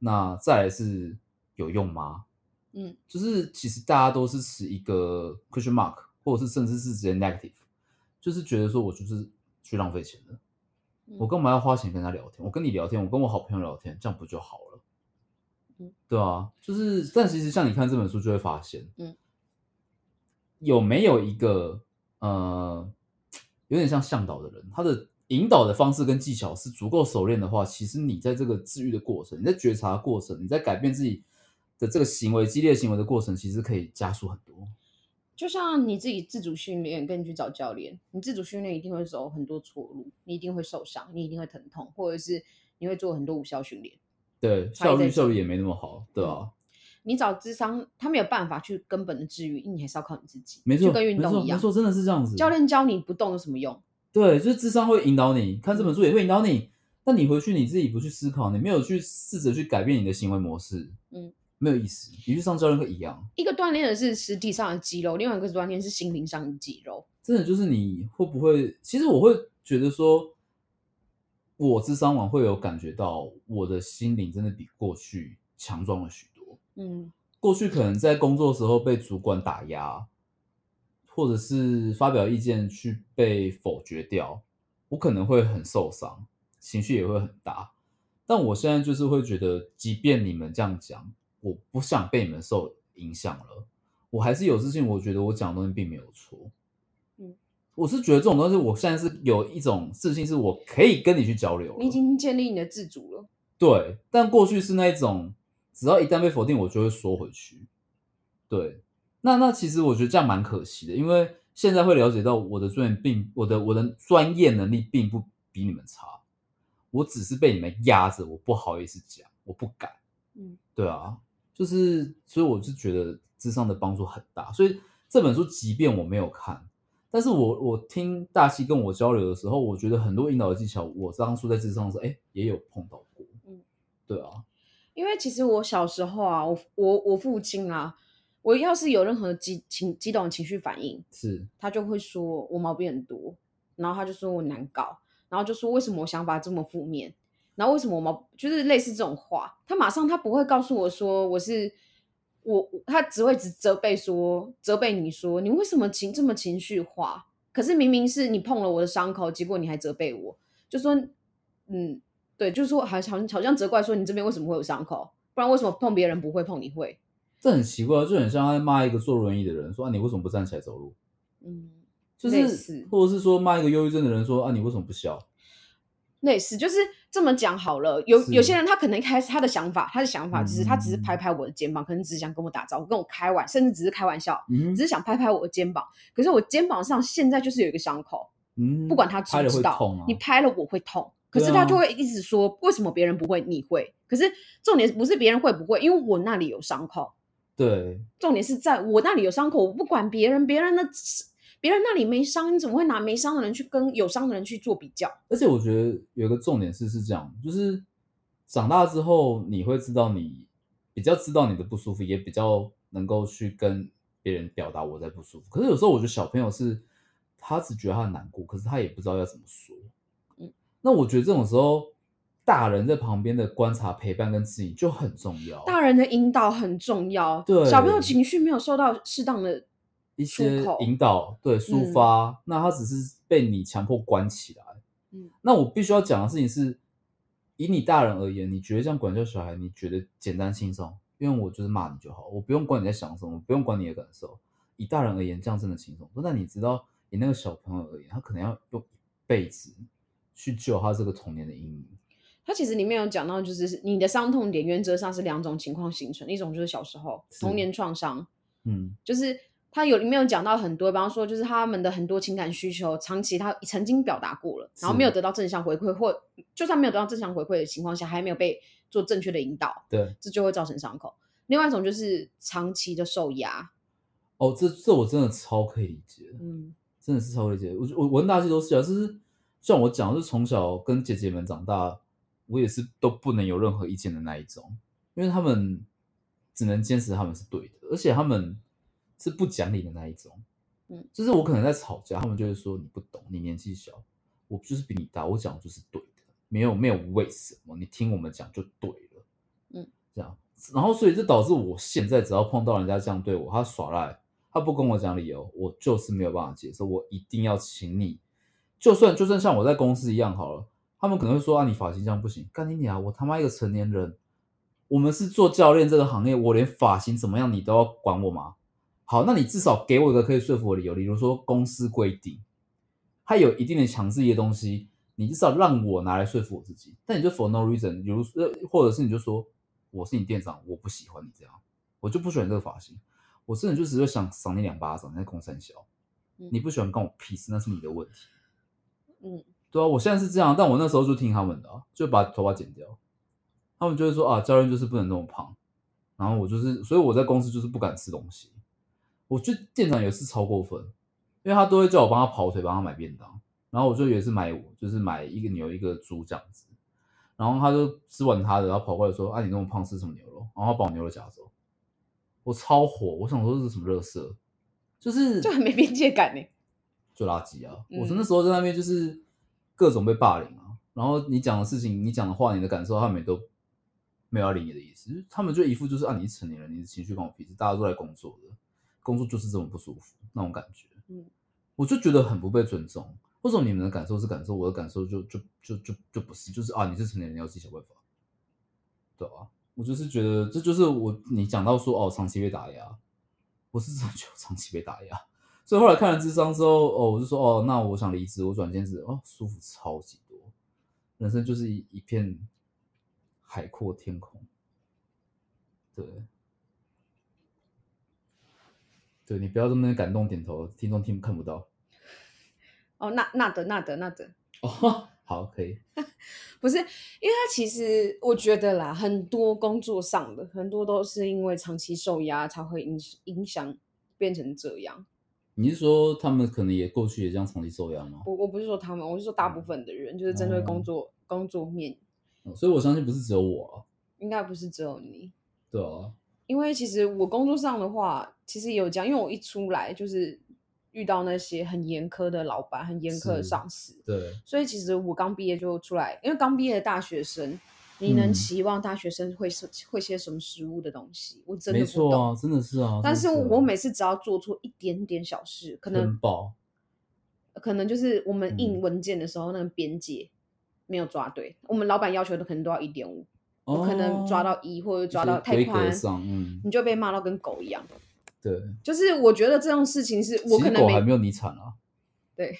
Speaker 2: 那再来是有用吗？
Speaker 1: 嗯，
Speaker 2: 就是其实大家都是持一个 question mark，或者是甚至是直接 negative，就是觉得说我就是去浪费钱的，
Speaker 1: 嗯
Speaker 2: 我干嘛要花钱跟他聊天？我跟你聊天，我跟我好朋友聊天，这样不就好了？
Speaker 1: 嗯
Speaker 2: 对啊，就是，但其实像你看这本书就会发现，
Speaker 1: 嗯，
Speaker 2: 有没有一个呃，有点像向导的人，他的引导的方式跟技巧是足够熟练的话，其实你在这个治愈的过程，你在觉察的过程，你在改变自己的这个行为、激烈行为的过程，其实可以加速很多。
Speaker 1: 就像你自己自主训练，跟你去找教练，你自主训练一定会走很多错路，你一定会受伤，你一定会疼痛，或者是你会做很多无效训练。
Speaker 2: 对，
Speaker 1: 差异
Speaker 2: 效
Speaker 1: 在嗯
Speaker 2: 率
Speaker 1: 这
Speaker 2: 效率也没那么好，对啊，
Speaker 1: 你找智商，他没有办法去根本的治愈，你还是要靠你自己，
Speaker 2: 没
Speaker 1: 就
Speaker 2: 错，
Speaker 1: 跟运
Speaker 2: 没错
Speaker 1: 动一样
Speaker 2: 没。错，真的是这样子。
Speaker 1: 教练教你不动有什么用？
Speaker 2: 对，就是智商会引导你，看这本书也会引导你。但你回去你自己不去思考，你没有去试着去改变你的行为模式，
Speaker 1: 嗯，
Speaker 2: 没有意思。你去上教练课一样，
Speaker 1: 一个锻炼的是实体上的肌肉，另外一个锻炼是心灵上的肌肉。
Speaker 2: 真的就是你会不会？其实我会觉得说，我智商完会有感觉到我的心灵真的比过去强壮了许多。
Speaker 1: 嗯
Speaker 2: 过去可能在工作的时候被主管打压，或者是发表意见去被否决掉，我可能会很受伤，情绪也会很大。但我现在就是会觉得，即便你们这样讲，我不想被你们受影响了，我还是有自信。我觉得我讲的东西并没有错。
Speaker 1: 嗯，
Speaker 2: 我是觉得这种东西，我现在是有一种自信，是我可以跟你去交流了。
Speaker 1: 你已经建立你的自主了。
Speaker 2: 对，但过去是那一种，只要一旦被否定，我就会缩回去。对，那那其实我觉得这样蛮可惜的，因为现在会了解到我的专业并我的我的专业能力并不比你们差，我只是被你们压着，我不好意思讲，我不敢。
Speaker 1: 嗯，
Speaker 2: 对啊，就是所以我就觉得智商的帮助很大，所以这本书即便我没有看。但是我我听大西跟我交流的时候，我觉得很多引导的技巧，我当初在智商的时候，哎、也有碰到过。对啊，
Speaker 1: 因为其实我小时候啊，我我我父亲啊，我要是有任何激情激动的情绪反应，
Speaker 2: 是
Speaker 1: 他就会说我毛病很多，然后他就说我难搞，然后就说为什么我想法这么负面，然后为什么我毛就是类似这种话，他马上他不会告诉我说我是我，他只会只责备说责备你说你为什么情这么情绪化，可是明明是你碰了我的伤口，结果你还责备我，就说嗯对，就是说好像好像责怪说你这边为什么会有伤口，不然为什么碰别人不会碰你会，
Speaker 2: 这很奇怪，啊就很像他在骂一个坐轮椅的人说啊，你为什么不站起来走路？
Speaker 1: 嗯。
Speaker 2: 就
Speaker 1: 类
Speaker 2: 是
Speaker 1: 似
Speaker 2: 或者是说骂一个忧郁症的人说啊，你为什么不笑？
Speaker 1: 类似，就是这么讲好了。有有
Speaker 2: 是
Speaker 1: 些人他可能一开始他的想法，他的想法就是他只是拍
Speaker 2: 嗯
Speaker 1: 拍我的肩膀，可能只是想跟我打招呼，跟我开玩，甚至只是开玩笑，
Speaker 2: 嗯
Speaker 1: 只是想拍拍我的肩膀。可是我肩膀上现在就是有一个伤口，
Speaker 2: 嗯
Speaker 1: 不管他知
Speaker 2: 拍
Speaker 1: 不
Speaker 2: 了
Speaker 1: 知
Speaker 2: 会
Speaker 1: 道，
Speaker 2: 痛啊，
Speaker 1: 你拍了我会痛。可
Speaker 2: 对
Speaker 1: 是他就
Speaker 2: 啊
Speaker 1: 会一直说，为什么别人不会，你会？可是重点不是别人会不会，因为我那里有伤口，
Speaker 2: 对
Speaker 1: 重点是在我那里有伤口，我不管别人，别人的别人那里没伤，你怎么会拿没伤的人去跟有伤的人去做比较？
Speaker 2: 而且我觉得有一个重点是是这样，就是长大之后你会知道你比较知道你的不舒服，也比较能够去跟别人表达我在不舒服。可是有时候我觉得小朋友是他只觉得他很难过，可是他也不知道要怎么说。
Speaker 1: 嗯
Speaker 2: 那我觉得这种时候，大人在旁边的观察、陪伴跟指引就很重要。
Speaker 1: 大人的引导很重要，
Speaker 2: 对
Speaker 1: 小朋友情绪没有受到适当的
Speaker 2: 一
Speaker 1: 出
Speaker 2: 些
Speaker 1: 口
Speaker 2: 引导，对，抒
Speaker 1: 嗯
Speaker 2: 发。那他只是被你强迫关起来。
Speaker 1: 嗯，
Speaker 2: 那我必须要讲的事情是，以你大人而言，你觉得这样管教小孩，你觉得简单轻松？因为我就是骂你就好，我不用管你在想什么，不用管你的感受。以大人而言，这样真的轻松。那你知道，以那个小朋友而言，他可能要用一辈子去救他这个童年的阴影。
Speaker 1: 它其实里面有讲到，就是你的伤痛点原则上是两种情况形成，一种就是小时候
Speaker 2: 是
Speaker 1: 童年创伤，
Speaker 2: 嗯
Speaker 1: 就是他有里面有讲到很多，比方说就是他们的很多情感需求，长期他曾经表达过了，然后
Speaker 2: 是
Speaker 1: 没有得到正向回馈，或就算没有得到正向回馈的情况下，还没有被做正确的引导，
Speaker 2: 对，
Speaker 1: 这就会造成伤口。另外一种就是长期的受压，
Speaker 2: 哦，这这我真的超可以理解的，
Speaker 1: 嗯，
Speaker 2: 真的是超可以理解的。我我我跟大家都是啊，就是像我讲，就是从小跟姐姐们长大，我也是都不能有任何意见的那一种，因为他们只能坚持他们是对的，而且他们是不讲理的那一种。
Speaker 1: 嗯，
Speaker 2: 就是我可能在吵架，他们就会说你不懂，你年纪小，我就是比你大，我讲的就是对的，没有没有为什么，你听我们讲就对了。
Speaker 1: 嗯，
Speaker 2: 这样，然后所以这导致我现在只要碰到人家这样对我，他耍赖，他不跟我讲理由，我就是没有办法接受，我一定要请你，就算就算像我在公司一样好了，他们可能会说啊你发型这样不行，干你娘，我他妈一个成年人，我们是做教练这个行业，我连发型怎么样你都要管我吗？好，那你至少给我一个可以说服我的理由，例如说公司规定，它有一定的强制力的东西，你至少让我拿来说服我自己。但你就 for no reason，比如说呃或者是你就说我是你店长，我不喜欢你这样，我就不喜欢这个发型，我真的就只是想赏你两巴掌，你在公三小，
Speaker 1: 嗯
Speaker 2: 你不喜欢关我屁事，那是你的问题。
Speaker 1: 嗯，
Speaker 2: 对啊，我现在是这样，但我那时候就听他们的啊、就把头发剪掉。他们就会说啊，教练就是不能那么胖。然后我就是，所以我在公司就是不敢吃东西。我觉得店长也是超过分，因为他都会叫我帮他跑腿，帮他买便当。然后我就也是买，就是买一个牛一个猪这样子。然后他就吃完他的，然后跑过来说：“啊，你那么胖吃什么牛肉？”然后他把我牛肉夹走，我超火，我想说这是什么热色，就是
Speaker 1: 就很没边界感欸呢。
Speaker 2: 就垃圾啊！我说
Speaker 1: 嗯
Speaker 2: 那时候在那边就是各种被霸凌啊，然后你讲的事情、你讲的话、你的感受，他们也都没有要理你的意思，就是他们就一副就是啊，你是成年人，你的情绪关我屁事，大家都来工作的，工作就是这么不舒服那种感觉，
Speaker 1: 嗯，
Speaker 2: 我就觉得很不被尊重。为什么你们的感受是感受，我的感受就就就就就不是，就是啊，你是成年人，你要自己想办法，对啊，我就是觉得这就是我你讲到说哦，长期被打压，我是真的觉得长期被打压。所以后来看了智商之后，哦，我就说，哦，那我想离职，我转兼职，哦，舒服超级多，人生就是一一片海阔天空。对，对你不要这么感动点头，听众听看不到。
Speaker 1: 哦，那那的那的那的，
Speaker 2: 哦，好，可以，
Speaker 1: 不是，因为他其实我觉得啦，很多工作上的很多都是因为长期受压才会影影响变成这样。
Speaker 2: 你是说他们可能也过去也这样长期受压吗？
Speaker 1: 我我不是说他们，我是说大部分的人，就是针对工
Speaker 2: 嗯
Speaker 1: 作、工作面，
Speaker 2: 哦所以我相信不是只有我啊，
Speaker 1: 应该不是只有你。
Speaker 2: 对啊，
Speaker 1: 因为其实我工作上的话，其实也有讲，因为我一出来就是遇到那些很严苛的老板、很严苛的
Speaker 2: 是
Speaker 1: 上司，
Speaker 2: 对，
Speaker 1: 所以其实我刚毕业就出来，因为刚毕业的大学生，你能
Speaker 2: 嗯
Speaker 1: 期望大学生会是、会些什么实物的东西？我真的
Speaker 2: 没
Speaker 1: 不
Speaker 2: 错
Speaker 1: 懂。
Speaker 2: 啊，真的是啊，
Speaker 1: 但是
Speaker 2: 真的
Speaker 1: 我每次只要做错一点点小事，可能
Speaker 2: 很饱，
Speaker 1: 可能就是我们印
Speaker 2: 嗯
Speaker 1: 文件的时候那个边界没有抓对，我们老板要求的可能都要一点五，我可能抓
Speaker 2: 哦
Speaker 1: 到一或者抓
Speaker 2: 些
Speaker 1: 到太
Speaker 2: 规格
Speaker 1: 宽，
Speaker 2: 上嗯
Speaker 1: 你就被骂到跟狗一样。
Speaker 2: 对，
Speaker 1: 就是我觉得这种事情是我可
Speaker 2: 其实
Speaker 1: 能
Speaker 2: 狗还
Speaker 1: 没
Speaker 2: 没有你惨啊，
Speaker 1: 对，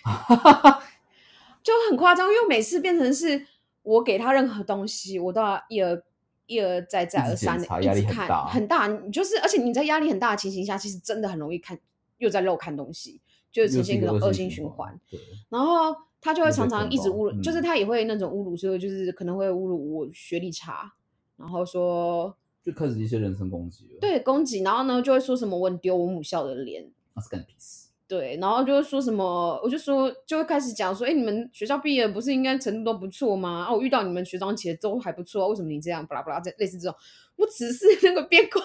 Speaker 1: 就很夸张，因为每次变成是我给他任何东西，我都要一而一而再再
Speaker 2: 一直
Speaker 1: 而三
Speaker 2: 检查
Speaker 1: 的
Speaker 2: 压
Speaker 1: 一直
Speaker 2: 力很
Speaker 1: 看，
Speaker 2: 大
Speaker 1: 很大，你就是而且你在压力很大的情形下，其实真的很容易看又在漏看东西，就
Speaker 2: 又
Speaker 1: 是呈
Speaker 2: 是一
Speaker 1: 现
Speaker 2: 个
Speaker 1: 种恶
Speaker 2: 恶
Speaker 1: 性
Speaker 2: 循
Speaker 1: 循环。，
Speaker 2: 对，
Speaker 1: 然后他就会
Speaker 2: 又被
Speaker 1: 常常
Speaker 2: 看
Speaker 1: 一直
Speaker 2: 到
Speaker 1: 侮辱，就是
Speaker 2: 嗯
Speaker 1: 他也会那种侮辱，所以就是可能会侮辱我学历差，然后说
Speaker 2: 就开始一些人身攻击了，，
Speaker 1: 对攻击，然后呢就会说什么我很丢我母校的脸，
Speaker 2: 那是干你屁事，
Speaker 1: 对，然后就会说什么，我就说就会开始讲说，哎，你们学校毕业不是应该程度都不错吗？啊，我遇到你们学长姐都还不错啊，为什么你这样？巴拉巴拉，这类似这种，我只是 那个边框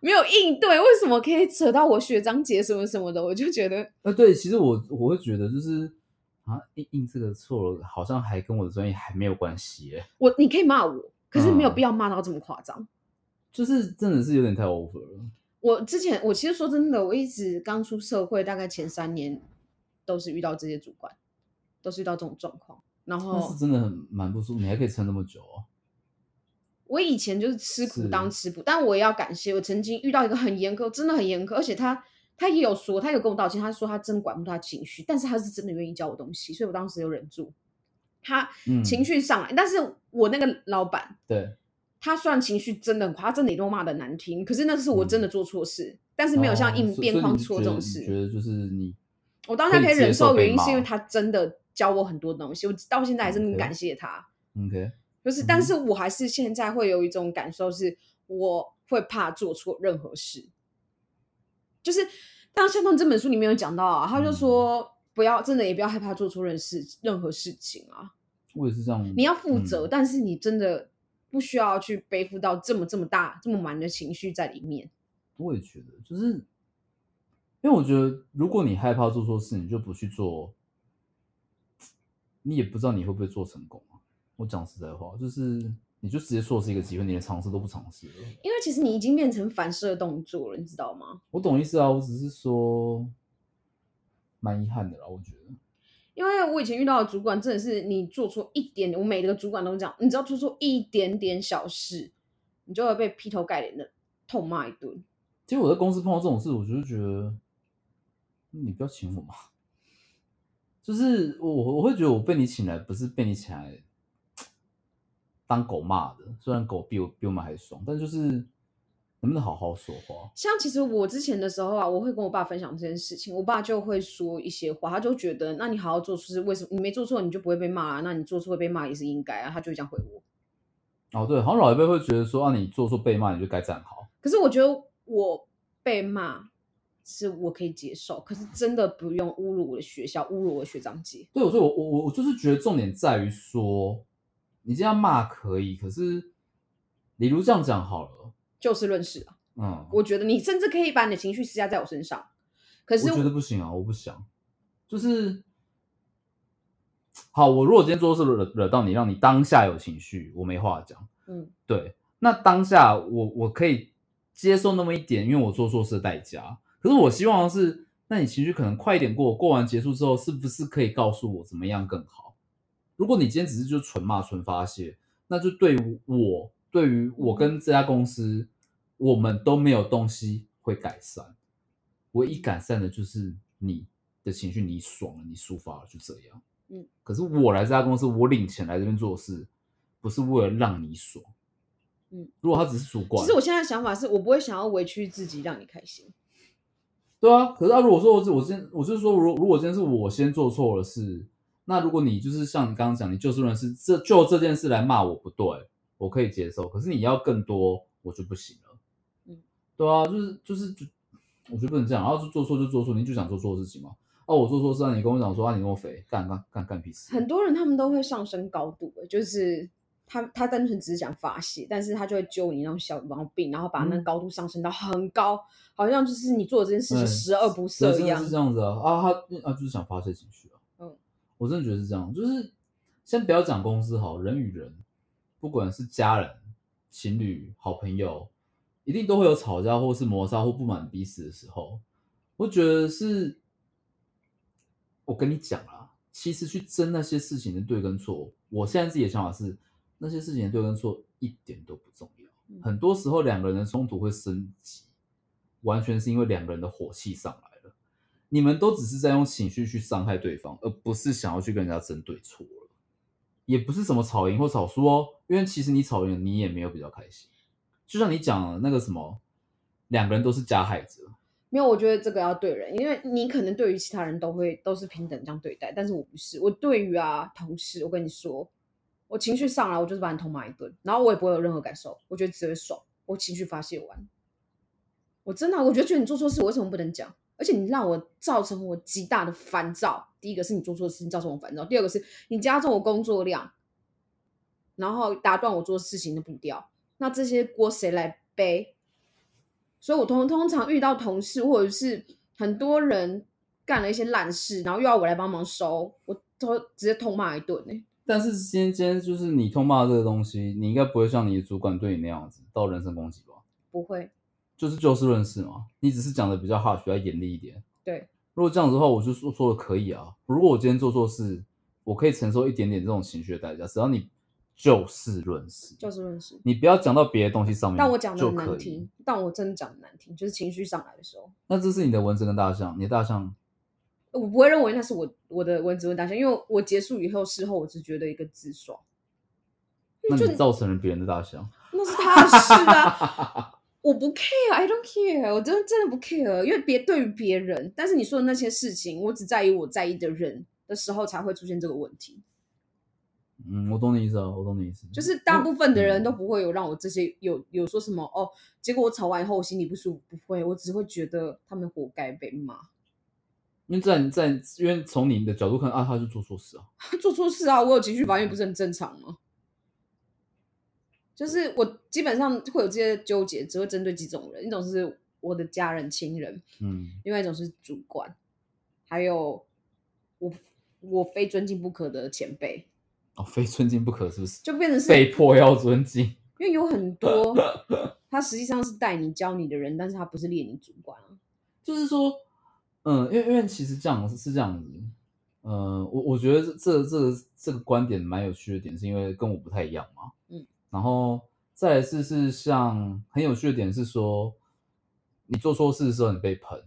Speaker 1: 没有应对，为什么可以扯到我学长姐什么什么的？我就觉得，
Speaker 2: 呃，对，其实我我会觉得就是啊，印印这个错了，好像还跟我的专业还没有关系耶，
Speaker 1: 我你可以骂我，可是没有
Speaker 2: 嗯
Speaker 1: 必要骂到这么夸张。
Speaker 2: 就是真的是有点太 over 了，
Speaker 1: 我之前我其实说真的，我一直刚出社会，大概前三年都是遇到这些主管，都是遇到这种状况，然
Speaker 2: 那
Speaker 1: 后
Speaker 2: 哦是真的很蛮不舒服，你还可以撑那么久哦，
Speaker 1: 我以前就是吃苦
Speaker 2: 是
Speaker 1: 当吃苦，但我也要感谢，我曾经遇到一个很严苛，真的很严苛，而且他他也有说，他有跟我道歉，他说他真的管不住他情绪，但是他是真的愿意教我东西，所以我当时有忍住。他
Speaker 2: 嗯
Speaker 1: 情绪上来，但是我那个老板，
Speaker 2: 对，
Speaker 1: 他虽然情绪真的很快，他真的也都骂的难听，可是那是我真的做错事，但是
Speaker 2: 是
Speaker 1: 没有像应变框错这种
Speaker 2: 觉
Speaker 1: 事。
Speaker 2: 得就是你，
Speaker 1: 我当下
Speaker 2: 可
Speaker 1: 可
Speaker 2: 以
Speaker 1: 以忍
Speaker 2: 接受
Speaker 1: 受，
Speaker 2: 被
Speaker 1: 原因是因为
Speaker 2: 骂
Speaker 1: 他真的教我很多东西，我到现在还是很
Speaker 2: OK
Speaker 1: 感谢他。
Speaker 2: OK，
Speaker 1: 就是，
Speaker 2: 嗯
Speaker 1: 但是我还是现在会有一种感受是，我会怕做错任何事。就是当夏冬这本书里面有讲到啊，他就
Speaker 2: 嗯
Speaker 1: 说不要，真的也不要害怕做错任事任何事情啊，
Speaker 2: 我也是这样。
Speaker 1: 你要负责，
Speaker 2: 嗯
Speaker 1: 但是你真的不需要去背负到这么这么大这么满的情绪在里面。
Speaker 2: 我也觉得，就是因为我觉得，如果你害怕做错事，你就不去做，你也不知道你会不会做成功啊。我讲实在话，就是你就直接错失一个机会，你连尝试都不尝试了。
Speaker 1: 因为其实你已经变成反射动作了，你知道吗？
Speaker 2: 我懂意思啊，我只是说蛮遗憾的啦，我觉得。
Speaker 1: 因为我以前遇到的主管真的是，你做错一点，我每个主管都这样，你只要做错一点点小事，你就会被劈头盖脸的痛骂一顿。
Speaker 2: 其实我在公司碰到这种事，我就是觉得你不要请我嘛。 就是我我会觉得我被你请来，不是被你请来当狗骂的。虽然狗比我比我们还爽，但就是能不能好好说话？
Speaker 1: 像其实我之前的时候啊，我会跟我爸分享这件事情，我爸就会说一些话，他就觉得，那你好好做错是为什么？你没做错你就不会被骂啊，那你做错会被骂也是应该啊，他就会这样回我。
Speaker 2: 哦，对，好像老一辈会觉得说啊，你做错被骂，你就该站好。
Speaker 1: 可是我觉得我被骂是我可以接受，可是真的不用侮辱我的学校，侮辱我的学长姐。
Speaker 2: 对，所以我我我我就是觉得重点在于说，你这样骂可以，可是你如这样讲好了，
Speaker 1: 就事论事啊，
Speaker 2: 嗯，
Speaker 1: 我觉得你甚至可以把你的情绪施加在我身上，可是
Speaker 2: 我觉得不行啊，我不想，就是好，我如果今天做事惹惹到你，让你当下有情绪，我没话讲。
Speaker 1: 嗯，
Speaker 2: 对，那当下我我可以接受那么一点，因为我做错事的代价。可是我希望的是，那你情绪可能快一点过，过完结束之后，是不是可以告诉我怎么样更好？如果你今天只是就纯骂纯发泄，那就对于我，对于我跟这家公司，我们都没有东西会改善。唯一改善的就是你的情绪，你爽了，你抒发了，就这样。
Speaker 1: 嗯，
Speaker 2: 可是我来这家公司，我领钱来这边做事，不是为了让你爽。
Speaker 1: 嗯，
Speaker 2: 如果他只是主管，
Speaker 1: 其实我现在的想法是我不会想要委屈自己让你开心，
Speaker 2: 对啊，可是啊，如果说我我今天我就是说，如如果今天是我先做错了事，那如果你就是像你刚刚讲，你就事论事，这就这件事来骂我不对，我可以接受。可是你要更多，我就不行了。
Speaker 1: 嗯，
Speaker 2: 对啊，就是就是就，我觉得不能这样，然后就做错就做错，你就想做错的事情嘛。哦、我做错事啊，你跟我讲说啊，你那么肥，干干干干屁事。
Speaker 1: 很多人他们都会上升高度的，就是他他单纯只是想发泄，但是他就会揪你那种小毛病，然后把那个
Speaker 2: 嗯
Speaker 1: 高度上升到很高，好像就是你做的这件事情
Speaker 2: 嗯
Speaker 1: 十恶不
Speaker 2: 对
Speaker 1: 赦
Speaker 2: 真
Speaker 1: 一
Speaker 2: 的
Speaker 1: 样
Speaker 2: 是。这样子啊啊，他啊就是想发泄情绪啊。
Speaker 1: 嗯，
Speaker 2: 我真的觉得是这样，就是先不要讲公司好，人与人，不管是家人、情侣、好朋友，一定都会有吵架或是摩擦或不满彼此的时候。我觉得是，我跟你讲啊，其实去争那些事情的对跟错，我现在自己的想法是，那些事情的对跟错一点都不重要。
Speaker 1: 嗯
Speaker 2: 很多时候两个人的冲突会升级，完全是因为两个人的火气上来了。你们都只是在用情绪去伤害对方，而不是想要去跟人家争对错了。也不是什么吵赢或吵输哦，因为其实你吵赢你也没有比较开心。就像你讲的那个什么，两个人都是加害者，
Speaker 1: 没有，我觉得这个要对人，因为你可能对于其他人都会都是平等这样对待，但是我不是，我对于啊同事，我跟你说，我情绪上来，我就是把你痛骂一顿，然后我也不会有任何感受，我觉得只会爽，我情绪发泄完，我真的啊、我觉得觉得你做错事，我为什么不能讲？而且你让我造成我极大的烦躁，第一个是你做错事情造成我烦躁，第二个是你加重我工作量，然后打断我做事情的步调，那这些锅谁来背？所以我通通常遇到同事或者是很多人干了一些烂事，然后又要我来帮忙收，我都直接痛骂一顿呢、欸
Speaker 2: 但是今天今天就是你痛骂这个东西，你应该不会像你的主管对你那样子到人身攻击吧？
Speaker 1: 不会，
Speaker 2: 就是就事论事嘛，你只是讲的比较 harsh，比较严厉一点。
Speaker 1: 对，
Speaker 2: 如果这样子的话，我就说说的可以啊。如果我今天做错事，我可以承受一点点这种情绪的代价，只要你就事论事，
Speaker 1: 就事论事。
Speaker 2: 你不要讲到别的东西上面，
Speaker 1: 但我讲的
Speaker 2: 嗯就
Speaker 1: 很
Speaker 2: 可
Speaker 1: 难
Speaker 2: 以
Speaker 1: 听。，但我真的讲的难听，就是情绪上来的时候，
Speaker 2: 那这是你的蚊子跟大象，你的大象
Speaker 1: 我不会认为那是我我的文字问大象，因为我结束以后事后我只觉得一个自爽，因
Speaker 2: 那
Speaker 1: 为就
Speaker 2: 你造成了别人的大象，
Speaker 1: 那是他的事啊，我不 care，I don't care，我真的真的不 care，因为别对于别人，但是你说的那些事情，我只在意我在意的人的时候才会出现这个问题，
Speaker 2: 嗯，我懂你意思啊，我懂你意思，
Speaker 1: 就是大部分的人
Speaker 2: 嗯
Speaker 1: 都不会有让我这些有有说什么哦，结果我吵完以后我心里不舒服，不会，我只会觉得他们活该被骂，
Speaker 2: 因为在你在因为从你的角度看啊，他就做错事啊，
Speaker 1: 他做错事啊，我有情绪反应不是很正常吗？就是我基本上会有这些纠结，只会针对几种人，一种是我的家人、亲人，
Speaker 2: 嗯
Speaker 1: 另外一种是主管，还有我我非尊敬不可的前辈，
Speaker 2: 哦，非尊敬不可是不是？
Speaker 1: 就变成是
Speaker 2: 被迫要尊敬，
Speaker 1: 因为有很 多他实际上是带你教你的人，但是他不是列你主管啊。
Speaker 2: 就是说，嗯，因为因为其实这样是是这样子，呃，我我觉得这这这个这个观点蛮有趣的点，是因为跟我不太一样嘛，
Speaker 1: 嗯，
Speaker 2: 然后再来是是像很有趣的点是说，你做错事的时候你被喷，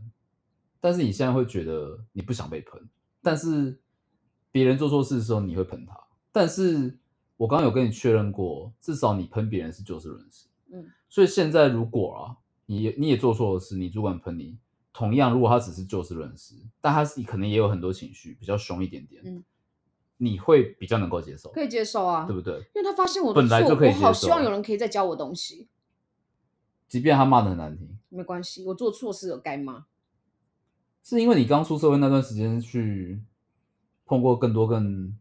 Speaker 2: 但是你现在会觉得你不想被喷，但是别人做错事的时候你会喷他，但是我刚刚有跟你确认过，至少你喷别人是就事论事，
Speaker 1: 嗯，
Speaker 2: 所以现在如果啊，你也你也做错了事，你主管喷你，同样如果他只是就事论事，但他是可能也有很多情绪，比较凶一点点，
Speaker 1: 嗯，
Speaker 2: 你会比较能够接受，
Speaker 1: 可以接受啊，
Speaker 2: 对不对？
Speaker 1: 因为他发现我的
Speaker 2: 本来
Speaker 1: 错
Speaker 2: 就可以
Speaker 1: 我好
Speaker 2: 接受啊
Speaker 1: 希望有人可以再教我东西，
Speaker 2: 即便他骂的很难听，
Speaker 1: 没关系，我做错事了该骂。
Speaker 2: 是因为你刚出社会那段时间去碰过更多更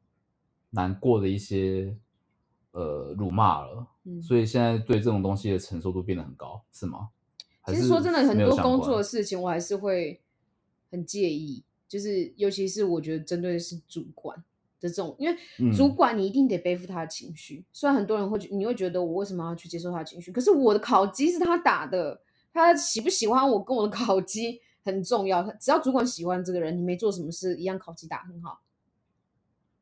Speaker 2: 难过的一些呃辱骂了，
Speaker 1: 嗯，
Speaker 2: 所以现在对这种东西的承受度变得很高，是吗？还
Speaker 1: 其实
Speaker 2: 是
Speaker 1: 说真的，很
Speaker 2: 没有
Speaker 1: 多
Speaker 2: 相
Speaker 1: 工
Speaker 2: 关
Speaker 1: 作的事情我还是会很介意，就是尤其是我觉得针对的是主管的这种，因为主
Speaker 2: 嗯
Speaker 1: 管你一定得背负他的情绪。虽然很多人会觉，你会觉得我为什么要去接受他的情绪？可是我的烤鸡是他打的，他喜不喜欢我跟我的烤鸡很重要。只要主管喜欢这个人，你没做什么事，一样烤鸡打很好。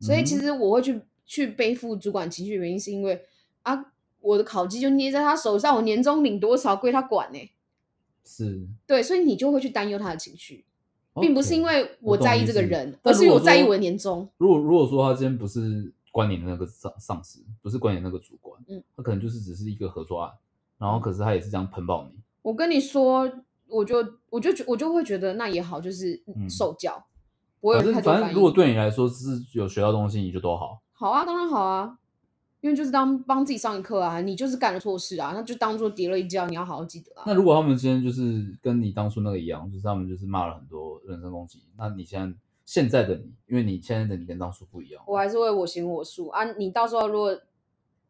Speaker 1: 所以其
Speaker 2: 嗯
Speaker 1: 实我会去去背负主管情绪，原因是因为啊，我的烤鸡就捏在他手上，我年终领多少归他管呢、
Speaker 2: 是
Speaker 1: 对，所以你就会去担忧他的情绪，并不是
Speaker 2: OK
Speaker 1: 因为
Speaker 2: 我
Speaker 1: 我
Speaker 2: 懂
Speaker 1: 在
Speaker 2: 你
Speaker 1: 意这个
Speaker 2: 意思
Speaker 1: 人，
Speaker 2: 但
Speaker 1: 而
Speaker 2: 如
Speaker 1: 是
Speaker 2: 果
Speaker 1: 我在意
Speaker 2: 说
Speaker 1: 我的年终。
Speaker 2: 如果如果说他今天不是关你的那个上上司，不是关你的那个主管，
Speaker 1: 嗯，
Speaker 2: 他可能就是只是一个合作案，然后可是他也是这样喷爆你，
Speaker 1: 我跟你说，我就我就觉我就会觉得那也好，就是
Speaker 2: 嗯
Speaker 1: 受教，不会
Speaker 2: 反
Speaker 1: 有
Speaker 2: 正
Speaker 1: 太多
Speaker 2: 反
Speaker 1: 反
Speaker 2: 正
Speaker 1: 应。
Speaker 2: 如果对你来说是有学到东西，你就都好。
Speaker 1: 好啊，当然好啊，因为就是当帮自己上一课啊，你就是干了错事啊，那就当做跌了一跤，你要好好记得啊。
Speaker 2: 那如果他们今天就是跟你当初那个一样，就是他们就是骂了很多人身攻击，那你现在现在的你，因为你现在的你跟当初不一样，
Speaker 1: 我还是会我行我素啊，你到时候如果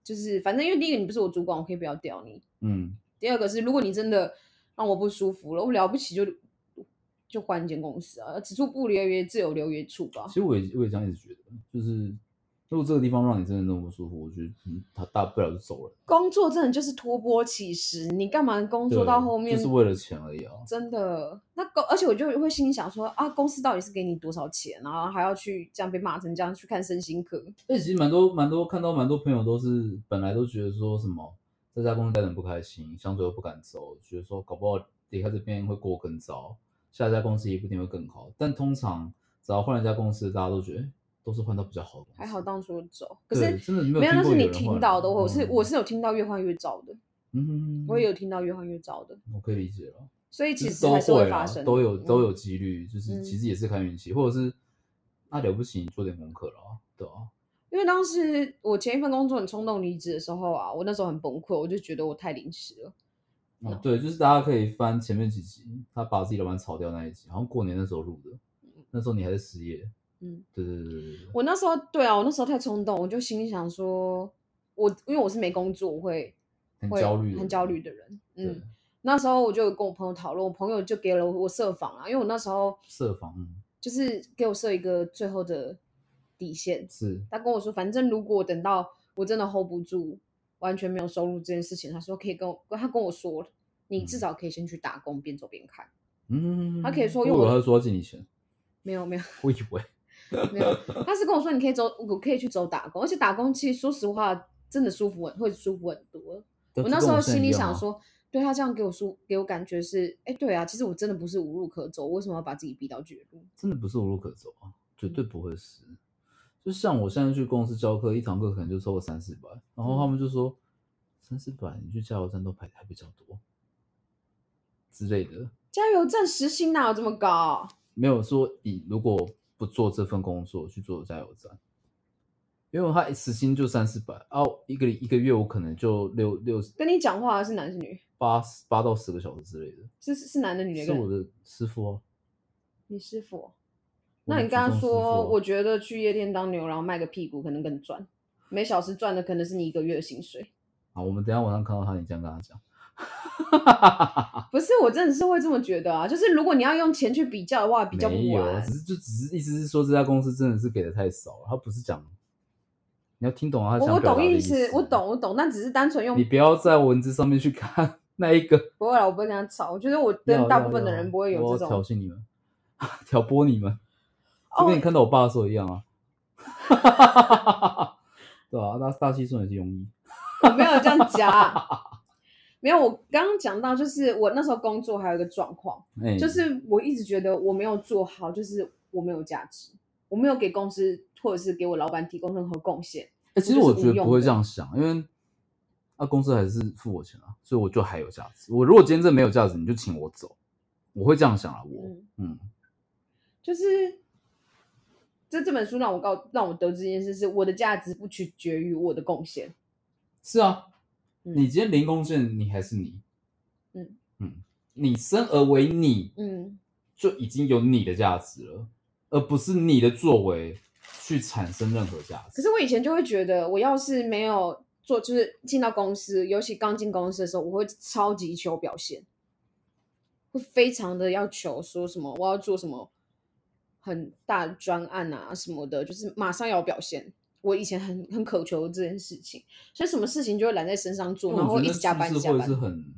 Speaker 1: 就是反正因为第一个你不是我主管，我可以不要屌你，
Speaker 2: 嗯，
Speaker 1: 第二个是，如果你真的让我不舒服了，我了不起就就换一间公司啊，此处不留爷，自有留爷处吧
Speaker 2: 其。实我也我也这样一直觉得，就是如果这个地方让你真的那么不舒服，我觉得嗯，他大不了就走了，
Speaker 1: 工作真的就是托钵乞食，你干嘛工作
Speaker 2: 对
Speaker 1: 到后面？
Speaker 2: 就是为了钱而已啊，
Speaker 1: 真的，那公而且我就会心里想说啊，公司到底是给你多少钱，然后还要去这样被骂成这样去看身心科，
Speaker 2: 但其实蛮多蛮多看到蛮多朋友都是本来都觉得说什么在家公司待得很不开心，相对又不敢走，觉得说搞不好离开这边会过更糟，下一家公司也不一定会更好。但通常只要换了一家公司，大家都觉得、诶都是换到比较好的公司。
Speaker 1: 还好当初走。可
Speaker 2: 对
Speaker 1: 是
Speaker 2: 真的没
Speaker 1: 没有，
Speaker 2: 有听
Speaker 1: 那
Speaker 2: 过
Speaker 1: 是你
Speaker 2: 有人换
Speaker 1: 听到的，
Speaker 2: 人
Speaker 1: 我是
Speaker 2: 嗯
Speaker 1: 我是有听到越换越糟的，
Speaker 2: 嗯，
Speaker 1: 我也有听到越换越糟的，
Speaker 2: 我可以理解了，
Speaker 1: 所以其
Speaker 2: 就是
Speaker 1: 实
Speaker 2: 都
Speaker 1: 还是会
Speaker 2: 啦
Speaker 1: 发生的，
Speaker 2: 都有都
Speaker 1: 嗯
Speaker 2: 有几率，就是其实也是看运气，或者是那了不起你做点功课了啊，对啊，
Speaker 1: 因为当时我前一份工作很冲动离职的时候啊，我那时候很崩溃，我就觉得我太临时了。
Speaker 2: 哦，对，就是大家可以翻前面几集，他把自己老板炒掉那一集，好像过年那时候录的，那时候你还是失业，
Speaker 1: 嗯，
Speaker 2: 对对对对对，
Speaker 1: 我那时候对啊，我那时候太冲动，我就心里想说，我因为我是没工作，我会
Speaker 2: 很
Speaker 1: 会
Speaker 2: 焦虑的
Speaker 1: 很
Speaker 2: 人
Speaker 1: 焦虑的人。
Speaker 2: 对
Speaker 1: 嗯，那时候我就有跟我朋友讨论，我朋友就给了我设防啊，因为我那时候
Speaker 2: 设防嗯
Speaker 1: 就是给我设一个最后的底线，
Speaker 2: 是，
Speaker 1: 他跟我说，反正如果等到我真的 hold 不住，完全没有收入这件事情，他说可以跟我，他跟我说，你至
Speaker 2: 嗯
Speaker 1: 少可以先去打工，边走边看。
Speaker 2: 嗯，
Speaker 1: 他可以说
Speaker 2: 我以
Speaker 1: 用
Speaker 2: 为
Speaker 1: 我
Speaker 2: 他说要借你钱，
Speaker 1: 没有没有，
Speaker 2: 我以为
Speaker 1: 没有，他是跟我说你可以走，我可以去走打工，而且打工其实说实话，真的舒服很，会舒服很多。
Speaker 2: 我
Speaker 1: 我那时候心里
Speaker 2: 啊
Speaker 1: 想，说，对他这样给我舒，给我感觉是，哎，对啊，其实我真的不是无路可走，为什么要把自己逼到绝路？
Speaker 2: 真的不是无路可走啊，绝
Speaker 1: 嗯
Speaker 2: 对不会是。就像我现在去公司教课，一堂课可能就超过三四百，
Speaker 1: 嗯
Speaker 2: 然后他们就说三四百，你去加油站都排还比较多之类的，
Speaker 1: 加油站时薪哪有这么高？
Speaker 2: 没有说你如果不做这份工作去做加油站，因为他时薪就三四百啊，一个一个月我可能就六六
Speaker 1: 跟你讲话的是男是女？
Speaker 2: 八八到十个小时之类的，
Speaker 1: 是是是男的女的？
Speaker 2: 是我的师傅啊。
Speaker 1: 你师傅哦？
Speaker 2: 我
Speaker 1: 那
Speaker 2: 的
Speaker 1: 你刚
Speaker 2: 祖
Speaker 1: 刚
Speaker 2: 宗师傅
Speaker 1: 说，
Speaker 2: 啊
Speaker 1: 我觉得去夜店当牛郎卖个屁股可能更赚，每小时赚的可能是你一个月的薪水。
Speaker 2: 好，我们等一下晚上看到他，你这样跟他讲。啊
Speaker 1: 不是，我真的是会这么觉得啊。就是如果你要用钱去比较的话，比较
Speaker 2: 没
Speaker 1: 不
Speaker 2: 有，
Speaker 1: 完
Speaker 2: 只。是就只是意思是说这家公司真的是给的太少了，他不是讲你要听懂啊他
Speaker 1: 我
Speaker 2: 想
Speaker 1: 我
Speaker 2: 表达
Speaker 1: 懂
Speaker 2: 的意
Speaker 1: 思，我懂，我懂，但只是单纯用
Speaker 2: 你不要在文字上面去看 那一个，
Speaker 1: 不会啦，我不会跟他吵。我觉得我
Speaker 2: 要
Speaker 1: 跟大
Speaker 2: 要
Speaker 1: 部分的
Speaker 2: 要
Speaker 1: 人不会有
Speaker 2: 我
Speaker 1: 这
Speaker 2: 要挑
Speaker 1: 种。
Speaker 2: 衅你们， 挑拨你们，就
Speaker 1: 哦
Speaker 2: 跟你看到我爸说一样啊。 对啊，大大西村也是庸医，
Speaker 1: 我没有这样 讲，没有。我刚刚讲到，就是我那时候工作还有一个状况，
Speaker 2: 哎、
Speaker 1: 就是我一直觉得我没有做好，就是我没有价值，我没有给公司或者是给我老板提供任何贡献。
Speaker 2: 哎、其实
Speaker 1: 我
Speaker 2: 我
Speaker 1: 就是
Speaker 2: 觉
Speaker 1: 无
Speaker 2: 得
Speaker 1: 用
Speaker 2: 不会
Speaker 1: 的
Speaker 2: 这样想，因为那、公司还是付我钱啊，所以我就还有价值。我如果今天真的没有价值，你就请我走，我会这样想啊。我
Speaker 1: 嗯，
Speaker 2: 嗯，
Speaker 1: 就是这这本书让我告让我得知一件事是，我的价值不取决于我的贡献。
Speaker 2: 是啊，
Speaker 1: 嗯
Speaker 2: 你今天零贡献，你还是你，
Speaker 1: 嗯
Speaker 2: 嗯，你生而为你，
Speaker 1: 嗯，
Speaker 2: 就已经有你的价值了，而不是你的作为去产生任何价
Speaker 1: 可
Speaker 2: 值。
Speaker 1: 是我以前就会觉得，我要是没有做，就是进到公司，尤其刚进公司的时候，我会超级求表现，会非常的要求说什么我要做什么很大的专案啊什么的，就是马上要有表现。我以前很很渴求这件事情，所以什么事情就会揽在身上做，然后
Speaker 2: 我
Speaker 1: 一
Speaker 2: 觉得
Speaker 1: 直加班
Speaker 2: 是不
Speaker 1: 加
Speaker 2: 是会
Speaker 1: 班
Speaker 2: 是。很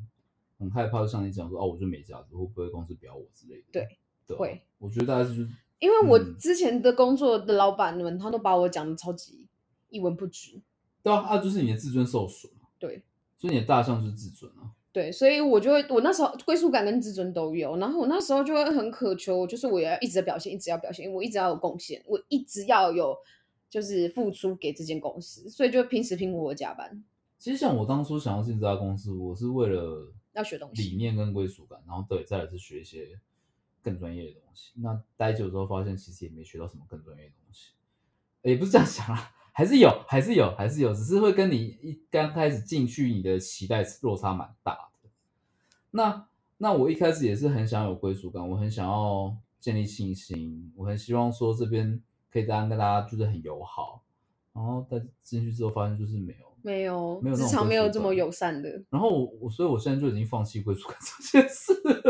Speaker 2: 很害怕，就像你讲说，哦，我就没价值，会不会公司不要我之类的？
Speaker 1: 对，
Speaker 2: 对啊
Speaker 1: 会。
Speaker 2: 我觉得大家就是
Speaker 1: 因为我
Speaker 2: 嗯
Speaker 1: 之前的工作的老板们，他都把我讲的超级一文不值，
Speaker 2: 对啊，啊，就是你的自尊受损嘛。
Speaker 1: 对，
Speaker 2: 所以你的大象就是自尊啊。
Speaker 1: 对，所以我就会，我那时候归属感跟自尊都有，然后我那时候就会很渴求，就是我要一直在表现，一直要表现，我一直要有贡献，我一直要有就是付出给这间公司，所以就拼死拼活地加班，
Speaker 2: 其实像我当初想要进这家公司，我是为了
Speaker 1: 要学东西
Speaker 2: 理念跟归属感，然后对，再来是学一些更专业的东西。那待久之后发现，其实也没学到什么更专业的东西，也不是这样想啦，还是有，还是有，还是有，只是会跟你一刚开始进去，你的期待落差蛮大的。那那我一开始也是很想有归属感，我很想要建立信心，我很希望说这边可以大家跟大家就是很友好，然后但进去之后发现就是没有，
Speaker 1: 没有
Speaker 2: 没有
Speaker 1: 职
Speaker 2: 那种
Speaker 1: 场
Speaker 2: 归
Speaker 1: 没有
Speaker 2: 属
Speaker 1: 这么
Speaker 2: 感
Speaker 1: 友善的，
Speaker 2: 然后我我所以我现在就已经放弃归属感这件事了。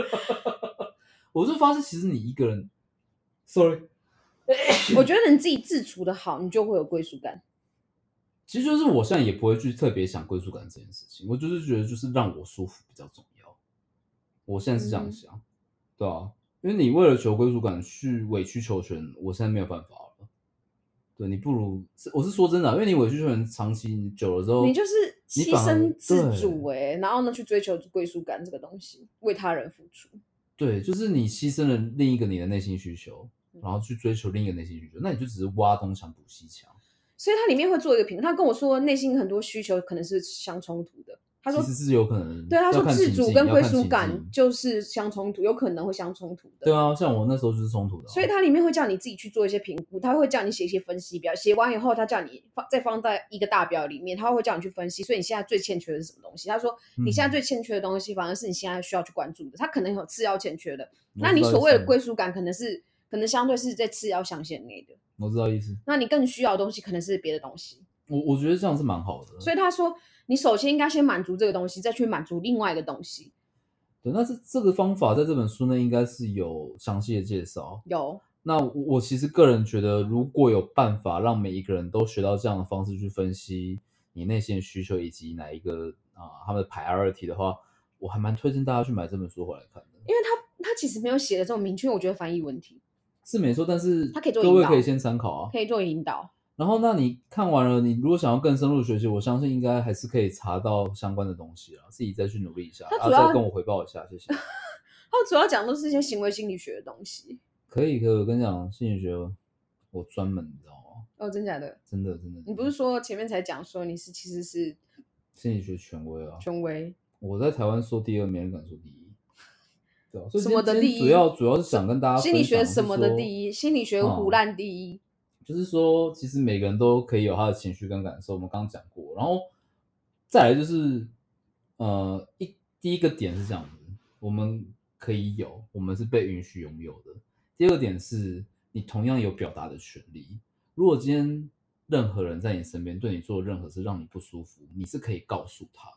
Speaker 2: 我就发现其实你一个人，sorry，
Speaker 1: 我觉得你自己自处的好，你就会有归属感。
Speaker 2: 其实就是我现在也不会去特别想归属感这件事情，我就是觉得就是让我舒服比较重要。我现在是这样
Speaker 1: 嗯
Speaker 2: 想，对啊，因为你为了求归属感去委曲求全，我现在没有办法了。对你不如，是我是说真的啊、因为你委曲求全，长期你久了之后，
Speaker 1: 你就是
Speaker 2: 哦你
Speaker 1: 牺
Speaker 2: 反而
Speaker 1: 牲自
Speaker 2: 对
Speaker 1: 主哎、然后呢去追求归属感这个东西，为他人付出。
Speaker 2: 对，就是你牺牲了另一个你的内心需求，
Speaker 1: 嗯
Speaker 2: 然后去追求另一个内心需求，那你就只是挖东墙补西墙。
Speaker 1: 所以它里面会做一个评论，他跟我说内心很多需求可能是相冲突的。他说
Speaker 2: 其实是有可能，
Speaker 1: 对，他说
Speaker 2: 嗯要看
Speaker 1: 自
Speaker 2: 情
Speaker 1: 主
Speaker 2: 境
Speaker 1: 跟
Speaker 2: 要
Speaker 1: 归
Speaker 2: 看
Speaker 1: 属
Speaker 2: 情
Speaker 1: 感
Speaker 2: 境
Speaker 1: 就是相冲突，有可能会相冲突的。
Speaker 2: 对啊，像我那时候就是冲突的啊、
Speaker 1: 所以它里面会叫你自己去做一些评估，他会叫你写一些分析表，写完以后他叫你放再放在一个大表里面，他会叫你去分析。所以你现在最欠缺的是什么东西？他说你现在
Speaker 2: 嗯
Speaker 1: 最欠缺的东西，反而是你现在需要去关注的。他可能有次要欠缺的，
Speaker 2: 我
Speaker 1: 那
Speaker 2: 知
Speaker 1: 你
Speaker 2: 道
Speaker 1: 所
Speaker 2: 意
Speaker 1: 谓
Speaker 2: 思
Speaker 1: 的
Speaker 2: 了
Speaker 1: 归属感，可能是可能相对是在次要象限内的。
Speaker 2: 我知道意思，
Speaker 1: 那你更需要的东西，可能是别的东西。
Speaker 2: 我我觉得这样是蛮好的。
Speaker 1: 所
Speaker 2: 以
Speaker 1: 以他说，你首先应该先满足这个东西，再去满足另外一个东西。
Speaker 2: 对，那这这个方法在这本书内应该是有详细的介绍。
Speaker 1: 有，
Speaker 2: 那我我其实个人觉得，如果有办法让每一个人都学到这样的方式去分析你内心的需求以及哪一个啊、他们的 priority 的话，我还蛮推荐大家去买这本书回来看的。
Speaker 1: 因为他他其实没有写的这么明确，我觉得翻译问题
Speaker 2: 是没错，但是
Speaker 1: 它可以做
Speaker 2: 各位
Speaker 1: 引导
Speaker 2: 可以先参考啊。
Speaker 1: 可以做引导。
Speaker 2: 然后，那你看完了，你如果想要更深入学习，我相信应该还是可以查到相关的东西啦，啊自己再去努力一下，
Speaker 1: 它
Speaker 2: 然
Speaker 1: 主
Speaker 2: 后
Speaker 1: 要
Speaker 2: 再跟我回报一下，谢谢。
Speaker 1: 他主要讲的都是一些行为心理学的东西。
Speaker 2: 可以，可以，我跟你讲，心理学我专门，你知道吗？
Speaker 1: 哦，真假的？
Speaker 2: 真的，真的。
Speaker 1: 你不是说前面才讲说你是其实是
Speaker 2: 心理学权威啊？
Speaker 1: 权威？
Speaker 2: 我在台湾说第二，没人敢说第一。对啊，所以
Speaker 1: 什
Speaker 2: 今
Speaker 1: 么的
Speaker 2: 今天
Speaker 1: 第
Speaker 2: 主
Speaker 1: 一
Speaker 2: 要主要是想跟大家
Speaker 1: 心理
Speaker 2: 分
Speaker 1: 学
Speaker 2: 享
Speaker 1: 什么的第一，心理学胡，
Speaker 2: 是说嗯
Speaker 1: 乱第一。
Speaker 2: 就是说，其实每个人都可以有他的情绪跟感受，我们刚刚讲过。然后再来就是，呃，一第一个点是这样子，我们可以有，我们是被允许拥有的。第二点是你同样有表达的权利。如果今天任何人在你身边对你做任何事让你不舒服，你是可以告诉他的。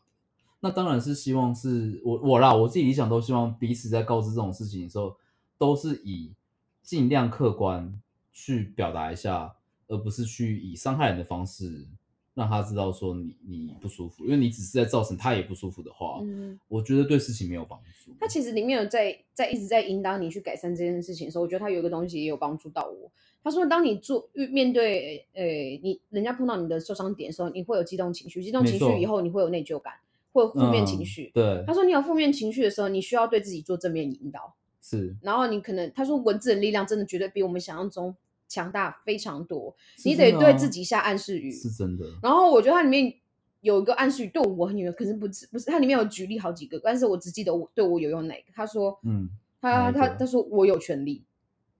Speaker 2: 那当然是希望是我我啦，我自己理想都希望彼此在告知这种事情的时候，都是以尽量客观去表达一下，而不是去以伤害人的方式让他知道说你你不舒服，因为你只是在造成他也不舒服的话，
Speaker 1: 嗯，
Speaker 2: 我觉得对事情没有帮助。
Speaker 1: 他其实里面有在在一直在引导你去改善这件事情的时候，我觉得他有一个东西也有帮助到我。他说，当你做遇面对呃你人家碰到你的受伤点的时候，你会有激动情绪，激动情
Speaker 2: 没错
Speaker 1: 绪以后你会有内疚感，会有负面情
Speaker 2: 嗯
Speaker 1: 绪。
Speaker 2: 对
Speaker 1: 他，说，你有负面情绪的时候，你需要对自己做正面引导。
Speaker 2: 是
Speaker 1: 然后你可能他说文字的力量真的绝对比我们想象中强大非常多，
Speaker 2: 是
Speaker 1: 你
Speaker 2: 真
Speaker 1: 得
Speaker 2: 的
Speaker 1: 对
Speaker 2: 啊
Speaker 1: 自己下暗示语。
Speaker 2: 是真的，
Speaker 1: 然后我觉得它里面有一个暗示语对我很有用，可是不是不是，它里面有举例好几个，但是我只记得我对我有用哪一个。他说，
Speaker 2: 嗯，
Speaker 1: 他
Speaker 2: 哪一
Speaker 1: 他
Speaker 2: 个
Speaker 1: 他说我有权利，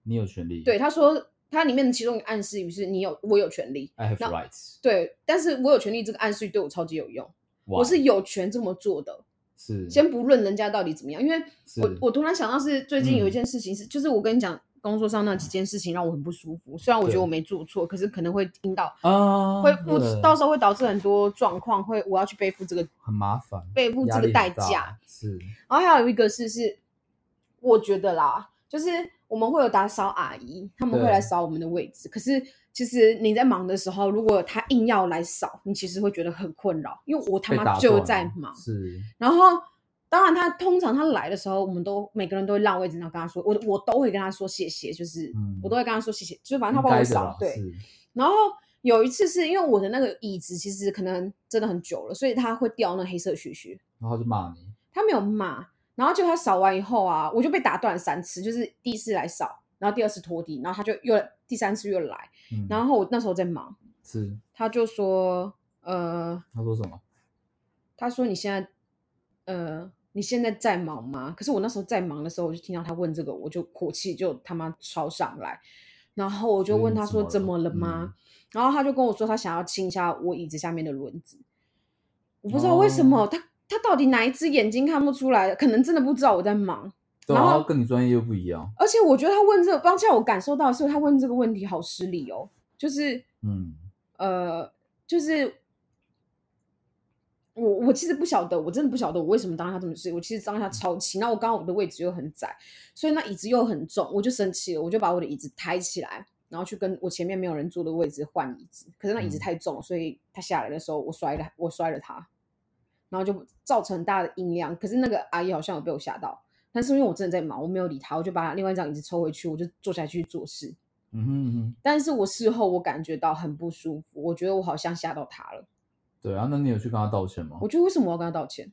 Speaker 2: 你有权利，
Speaker 1: 对，他说它里面的其中一个暗示语是你有我有权利，
Speaker 2: ，I have
Speaker 1: 那
Speaker 2: rights，
Speaker 1: 对，但是我有权利这个暗示语对我超级有用，我
Speaker 2: Why？
Speaker 1: 是有权这么做的。
Speaker 2: 是
Speaker 1: 先不论人家到底怎么样，因为我
Speaker 2: 是
Speaker 1: 我突然想到是最近有一
Speaker 2: 嗯
Speaker 1: 件事情是，就是我跟你讲工作上那几件事情让我很不舒服，虽然我觉得
Speaker 2: 对
Speaker 1: 我没做错，可是可能会引导。
Speaker 2: 啊，
Speaker 1: 会不
Speaker 2: 对
Speaker 1: 到时候会导致很多状况，会我要去背负这个
Speaker 2: 很麻烦，
Speaker 1: 背负
Speaker 2: 压
Speaker 1: 这个
Speaker 2: 力很
Speaker 1: 代
Speaker 2: 大
Speaker 1: 价。
Speaker 2: 是
Speaker 1: 然后还有一个是是，我觉得啦，就是我们会有打扫阿姨，他们会
Speaker 2: 对
Speaker 1: 来扫我们的位置。可是其实你在忙的时候，如果他硬要来扫，你其实会觉得很困扰，因为我他
Speaker 2: 被打
Speaker 1: 妈就
Speaker 2: 断
Speaker 1: 在
Speaker 2: 了
Speaker 1: 忙。
Speaker 2: 是
Speaker 1: 然后当然他通常他来的时候，我们都每个人都会让位置，然后跟他说，我我都会跟他说谢谢，就是、
Speaker 2: 嗯
Speaker 1: 我都会跟他说谢谢，就是反正
Speaker 2: 应
Speaker 1: 他帮我
Speaker 2: 该的
Speaker 1: 扫
Speaker 2: 啦，
Speaker 1: 对。
Speaker 2: 是
Speaker 1: 然后有一次是因为我的那个椅子其实可能真的很久了，所以它会掉那黑色须须。
Speaker 2: 然后就骂你，
Speaker 1: 他没有骂，然后就他扫完以后啊，我就被打断了三次，就是第一次来扫，然后第二次拖地，然后他就又第三次又来，
Speaker 2: 嗯，
Speaker 1: 然后我那时候在忙，
Speaker 2: 是
Speaker 1: 他就说，呃，
Speaker 2: 他说什么？
Speaker 1: 他说你现在，呃。你现在在忙吗？可是我那时候在忙的时候，我就听到他问这个，我就火气就他妈烧上来，然后我就
Speaker 2: 所以
Speaker 1: 问
Speaker 2: 你
Speaker 1: 他说：“怎么了吗？”
Speaker 2: 嗯
Speaker 1: 然后他就跟我说他想要亲一下我椅子下面的轮子，我不知道为
Speaker 2: 哦
Speaker 1: 什么、他他到底哪一只眼睛看不出来，可能真的不知道我在忙。
Speaker 2: 对啊，
Speaker 1: 然后
Speaker 2: 他跟你专业又不一样，
Speaker 1: 而且我觉得他问这个，当下我感受到的是他问这个问题好失礼哦，就是
Speaker 2: 嗯，
Speaker 1: 呃，就是我我其实不晓得，我真的不晓得我为什么当下这么失礼，我其实当下超气，那我刚好我的位置又很窄，所以那椅子又很重，我就生气了，我就把我的椅子抬起来。然后去跟我前面没有人坐的位置换椅子，可是那椅子
Speaker 2: 嗯
Speaker 1: 太重了，所以他下来的时候我摔了，我摔了他，然后就造成很大的音量。可是那个阿姨好像有被我吓到，但是因为我真的在忙，我没有理他，我就把另外一张椅子抽回去，我就坐下去做事。
Speaker 2: 嗯哼嗯哼，
Speaker 1: 但是我事后我感觉到很不舒服，我觉得我好像吓到他了。
Speaker 2: 对啊，那你有去跟他道歉吗
Speaker 1: 我？觉得为什么我要跟他道歉？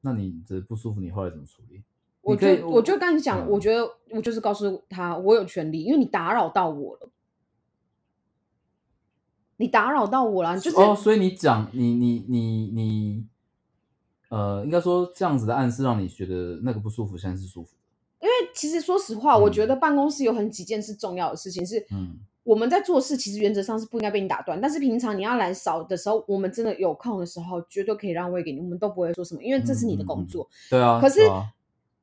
Speaker 2: 那你这不舒服，你后来怎么处理？
Speaker 1: 我
Speaker 2: 你可以
Speaker 1: 就我就跟你讲，
Speaker 2: 嗯
Speaker 1: 我觉得我就是告诉他，我有权利，因为你打扰到我了，你打扰到我了，你就是、
Speaker 2: 哦，所以你讲你你你你，呃，应该说这样子的暗示让你觉得那个不舒服，现在是舒服的，
Speaker 1: 因为其实说实话，我
Speaker 2: 嗯
Speaker 1: 觉得办公室有很几件是重要的事情，是
Speaker 2: 嗯，
Speaker 1: 我们在做事，其实原则上是不应该被你打断，但是平常你要来扫的时候，我们真的有空的时候，绝对可以让位给你，我们都不会说什么，因为这是你的工作。
Speaker 2: 对啊，
Speaker 1: 可是
Speaker 2: 对啊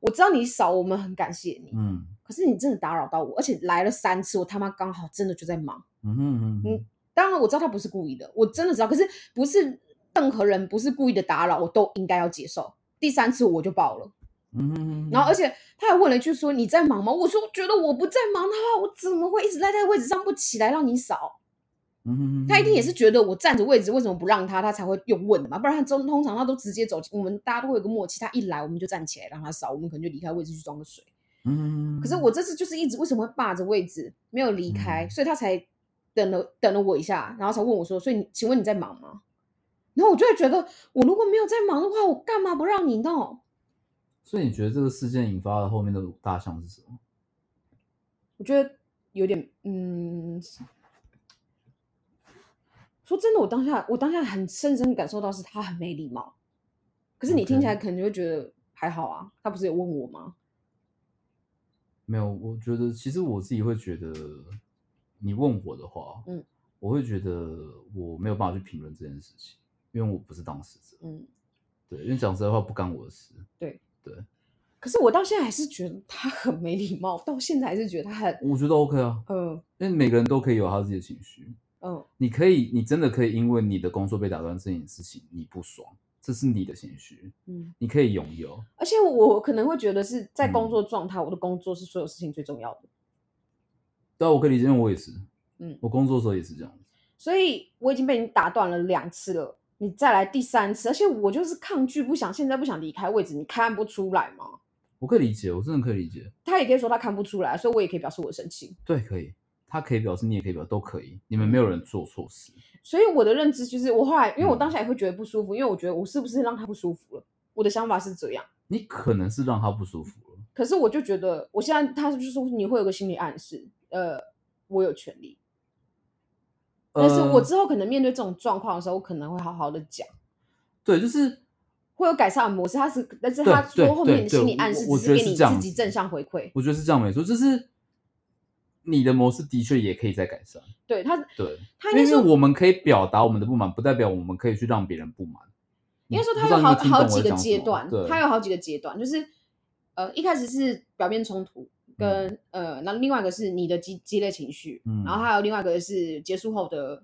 Speaker 1: 我知道你扫，我们很感谢你，
Speaker 2: 嗯
Speaker 1: 可是你真的打扰到我，而且来了三次，我他妈刚好真的就在忙。
Speaker 2: 嗯哼嗯哼，
Speaker 1: 当然我知道他不是故意的，我真的知道，可是不是任何人不是故意的打扰，我都应该要接受。第三次我就爆了，
Speaker 2: 嗯哼嗯哼，
Speaker 1: 然后而
Speaker 2: 且
Speaker 1: 且他还问了一句说你在忙吗？我说觉得我不在忙的话，我怎么会一直赖在位置上不起来让你扫？
Speaker 2: 嗯哼嗯哼
Speaker 1: 他一定也是觉得我占着位置，为什么不让他？他才会又问的嘛，不然他通通常他都直接走进，我们大家都会有个默契，他一来我们就站起来让他扫，我们可能就离开位置去装个水。
Speaker 2: 嗯哼，嗯哼
Speaker 1: 可是我这次就是一直为什么会霸着位置没有离开，
Speaker 2: 嗯
Speaker 1: 所以他才等了等了我一下，然后才问我说：“所以你请问你在忙吗？”然后我就会觉得，我如果没有在忙的话，我干嘛不让你弄？
Speaker 2: 所以你觉得这个事件引发的后面的五大项是什么？
Speaker 1: 我觉得有点，嗯，说真的，我当下我当下很深深地感受到是他很没礼貌，可是你听起来
Speaker 2: OK
Speaker 1: 可能就会觉得还好啊，他不是有问我吗？
Speaker 2: 没有，我觉得其实我自己会觉得，你问我的话，
Speaker 1: 嗯，
Speaker 2: 我会觉得我没有办法去评论这件事情，因为我不是当事者。
Speaker 1: 嗯，
Speaker 2: 对，因为讲实在话不干我的事。
Speaker 1: 可是我到现在还是觉得他很没礼貌，到现在还是觉得他很，
Speaker 2: 我觉得 OK 啊，
Speaker 1: 嗯
Speaker 2: 因为每个人都可以有他自己的情绪。
Speaker 1: 嗯
Speaker 2: 你可以，你真的可以因为你的工作被打断这件事情，你不爽，这是你的情绪，
Speaker 1: 嗯，
Speaker 2: 你可以拥有。
Speaker 1: 而且我可能会觉得是在工
Speaker 2: 嗯
Speaker 1: 作状态，我的工作是所有事情最重要的。
Speaker 2: 对啊，我可以理解，因为我也是，
Speaker 1: 嗯
Speaker 2: 我工作的时候也是这样子。
Speaker 1: 所以我已经被你打断了两次了，你再来第三次，而且我就是抗拒，不想现在不想离开位置，你看不出来吗？
Speaker 2: 我可以理解，我真的可以理解。
Speaker 1: 他也可以说他看不出来，所以我也可以表示我的生气。
Speaker 2: 对，可以，他可以表示，你也可以表示，都可以。你们没有人做错事。
Speaker 1: 所以我的认知就是，我后来因为我
Speaker 2: 嗯
Speaker 1: 当下也会觉得不舒服，因为我觉得我是不是让他不舒服了？我的想法是这样，
Speaker 2: 你可能是让他不舒服了。
Speaker 1: 可是我就觉得我现在他就是说你会有个心理暗示，呃，我有权利，但是我
Speaker 2: 呃
Speaker 1: 之后可能面对这种状况的时候，我可能会好好的讲。
Speaker 2: 对，就是
Speaker 1: 会有改善的模式，他是，但是
Speaker 2: 对
Speaker 1: 他
Speaker 2: 对
Speaker 1: 说后面
Speaker 2: 对
Speaker 1: 的
Speaker 2: 对
Speaker 1: 心理
Speaker 2: 我
Speaker 1: 暗示
Speaker 2: 我
Speaker 1: 只
Speaker 2: 觉得
Speaker 1: 给
Speaker 2: 是
Speaker 1: 你
Speaker 2: 这样
Speaker 1: 自己
Speaker 2: 子
Speaker 1: 正向回馈，
Speaker 2: 我觉得是这样没错，就是你的模式的确也可以再改善。
Speaker 1: 对他，
Speaker 2: 对，
Speaker 1: 他应该
Speaker 2: 因为因为
Speaker 1: 说
Speaker 2: 我们可以表达我们的不满，不代表我们可以去让别人不满。
Speaker 1: 应该说
Speaker 2: 你
Speaker 1: 它
Speaker 2: 不知
Speaker 1: 有
Speaker 2: 道
Speaker 1: 好
Speaker 2: 你听懂
Speaker 1: 好
Speaker 2: 我在
Speaker 1: 几个
Speaker 2: 讲什
Speaker 1: 阶
Speaker 2: 么
Speaker 1: 段
Speaker 2: 对，，
Speaker 1: 它有好几个阶段，就是呃一开始是表面冲突，跟、呃那另外一个是你的激激烈情绪，
Speaker 2: 嗯
Speaker 1: 然后还有另外一个是结束后的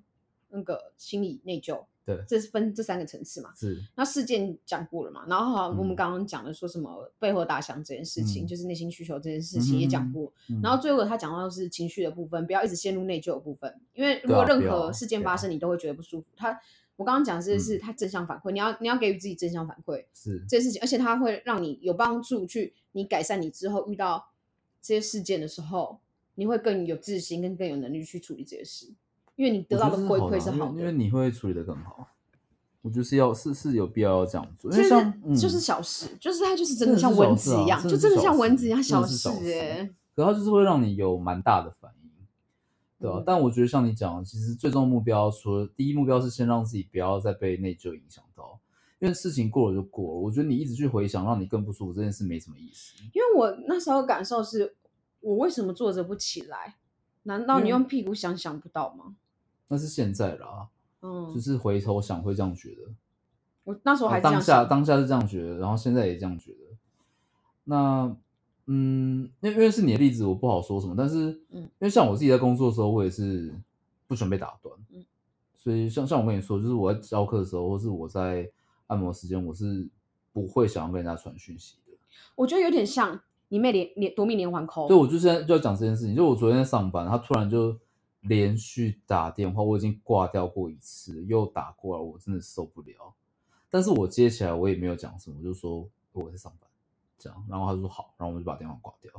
Speaker 1: 那个心理内疚，
Speaker 2: 对
Speaker 1: 这是分这三个层次嘛。
Speaker 2: 是
Speaker 1: 那事件讲过了嘛，然后好像我们
Speaker 2: 嗯
Speaker 1: 刚刚讲的说什么背后打响这件事情，
Speaker 2: 嗯
Speaker 1: 就是内心需求这件事情也
Speaker 2: 嗯
Speaker 1: 讲
Speaker 2: 哼
Speaker 1: 过，
Speaker 2: 嗯
Speaker 1: 然后最后他讲到的是情绪的部分，不要一直陷入内疚的部分，因为如
Speaker 2: 对
Speaker 1: 果
Speaker 2: 啊
Speaker 1: 任
Speaker 2: 不要嗯
Speaker 1: 何事件
Speaker 2: 对
Speaker 1: 发
Speaker 2: 啊
Speaker 1: 生，你都会觉得不舒服。他我刚刚讲这是他正向反馈，你要你要给予自己正向反馈
Speaker 2: 是
Speaker 1: 这件事情，而且它会让你有帮助去你改善你之后遇到这些事件的时候，你会更有自信，跟更有能力去处理这些事，因为你得
Speaker 2: 我
Speaker 1: 到
Speaker 2: 觉
Speaker 1: 的
Speaker 2: 得
Speaker 1: 回
Speaker 2: 好
Speaker 1: 馈
Speaker 2: 的
Speaker 1: 是
Speaker 2: 啊因为
Speaker 1: 好
Speaker 2: 因为
Speaker 1: 的。
Speaker 2: 你会处理的更好。我就是要是是有必要要这样做，因
Speaker 1: 其
Speaker 2: 为
Speaker 1: 实
Speaker 2: 像、嗯、
Speaker 1: 就是小事，就是它就是真
Speaker 2: 真
Speaker 1: 的
Speaker 2: 的
Speaker 1: 像
Speaker 2: 是
Speaker 1: 蚊
Speaker 2: 小
Speaker 1: 子
Speaker 2: 事啊
Speaker 1: 一样，
Speaker 2: 真
Speaker 1: 就
Speaker 2: 的
Speaker 1: 真
Speaker 2: 是
Speaker 1: 的
Speaker 2: 小
Speaker 1: 像蚊
Speaker 2: 事
Speaker 1: 子一样
Speaker 2: 真的是
Speaker 1: 事
Speaker 2: 小事
Speaker 1: 哎、
Speaker 2: 可它就是会让你有蛮大的反应，对啊。
Speaker 1: 嗯
Speaker 2: 但我觉得像你讲的，其实最终目标，除了第一目标是先让自己不要再被内疚影响到，因为事情过了就过了。我觉得你一直去回想，让你更不舒服这件事没什么意思。
Speaker 1: 因为我那时候感受是，我为什么坐着不起来？难道你
Speaker 2: 嗯
Speaker 1: 用屁股想想不到吗？
Speaker 2: 那是现在啦，
Speaker 1: 嗯，
Speaker 2: 就是回头想会这样觉得。哦
Speaker 1: 我那时候还是这
Speaker 2: 当
Speaker 1: 样
Speaker 2: 下
Speaker 1: 想。
Speaker 2: 当下是这样觉得，然后现在也这样觉得。那嗯，因为因为是你的例子，我不好说什么。但是，
Speaker 1: 嗯
Speaker 2: 因为像我自己在工作的时候，我也是不喜欢被打断。
Speaker 1: 嗯
Speaker 2: 所以像像我跟你说，就是我在教课的时候，或是我在按摩时间，我是不会想要跟人家传讯息的。
Speaker 1: 我觉得有点像你妹连连夺命连环扣。
Speaker 2: 对，我就现在就要讲这件事情。就我昨天在上班，他突然就连续打电话，我已经挂掉过一次，又打过来，我真的受不了。但是我接起来，我也没有讲什么，我就说我在上班，这样。然后他就说好，然后我就把电话挂掉。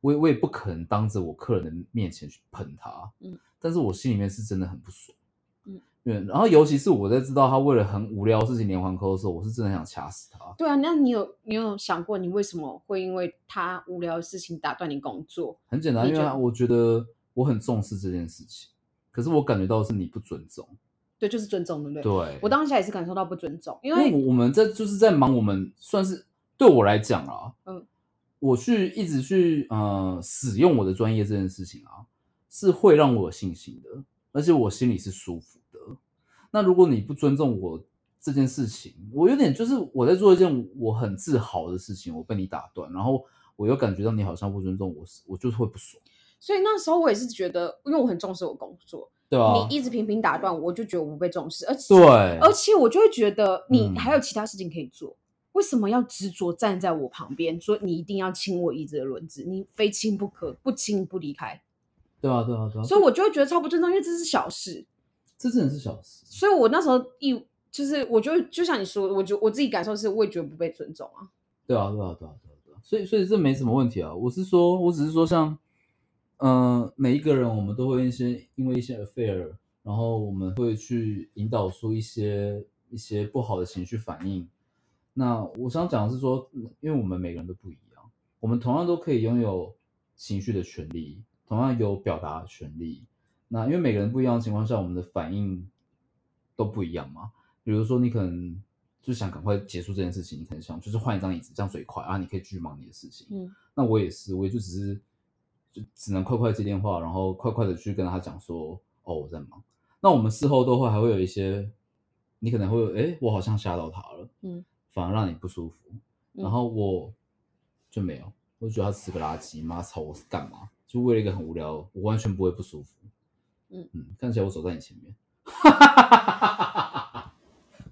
Speaker 2: 我也我也不可能当着我客人的面前去喷他，
Speaker 1: 嗯，
Speaker 2: 但是我心里面是真的很不爽，
Speaker 1: 嗯
Speaker 2: 对。然后尤其是我在知道他为了很无聊的事情连环扣的时候，我是真的很想掐死他。
Speaker 1: 对啊，那你有你有想过你为什么会因为他无聊的事情打断你工作？
Speaker 2: 很简单，
Speaker 1: 你
Speaker 2: 因为
Speaker 1: 觉
Speaker 2: 他
Speaker 1: 得
Speaker 2: 我觉得我很重视这件事情，可是我感觉到的是你不尊重。
Speaker 1: 对，就是尊重，对不对？
Speaker 2: 对，
Speaker 1: 我当下也是感受到不尊重，因
Speaker 2: 因为
Speaker 1: 为
Speaker 2: 我我们在就是在忙，我们算是对我来讲啊，
Speaker 1: 嗯，
Speaker 2: 我去一直去呃使用我的专业这件事情啊，是会让我有信心的，而且我心里是舒服的。那如果你不尊重我这件事情，我有点就是我在做一件我很自豪的事情，我被你打断，然后我又感觉到你好像不尊重我，我就是会不爽，
Speaker 1: 所以那时候我也是觉得，因为我很重视我工作，
Speaker 2: 对啊，
Speaker 1: 你一直频频打断我，我就觉得我不被重视，而且
Speaker 2: 对，啊
Speaker 1: 而且我就会觉得你
Speaker 2: 嗯
Speaker 1: 还有其他事情可以做，为什么要执着站在我旁边，说你一定要亲我椅子的轮子，你非亲不可，不亲不离开？
Speaker 2: 对啊，对啊，对啊，
Speaker 1: 所以我就会觉得超不尊重，因为这是小事。
Speaker 2: 这真的是小事。
Speaker 1: 所以我那时候一就是，我就就像你说的，我就我自己感受是，我也觉得不被尊重啊。
Speaker 2: 对啊，对啊，对啊，对啊，对啊。所以，所以这没什么问题啊。我是说，我只是说像，嗯，每一个人我们都会一些因为一些 affair，然后我们会去引导出一些一些不好的情绪反应。那我想讲的是说，嗯因为我们每个人都不一样，我们同样都可以拥有情绪的权利，同样有表达的权利。那因为每个人不一样的情况下，我们的反应都不一样嘛。比如说，你可能就想赶快结束这件事情，你可能想就是换一张椅子，这样最快啊，你可以继续忙你的事情。
Speaker 1: 嗯，
Speaker 2: 那我也是，我也就只是就只能快快接电话，然后快快的去跟他讲说，哦，我在忙。那我们事后都会还会有一些，你可能会有，哎，我好像吓到他了，
Speaker 1: 嗯，
Speaker 2: 反而让你不舒服。
Speaker 1: 嗯
Speaker 2: 然后我就没有，我就觉得他是个垃圾，妈吵我是干嘛？就为了一个很无聊，我完全不会不舒服。
Speaker 1: 嗯
Speaker 2: 嗯，看起来我走在你前面。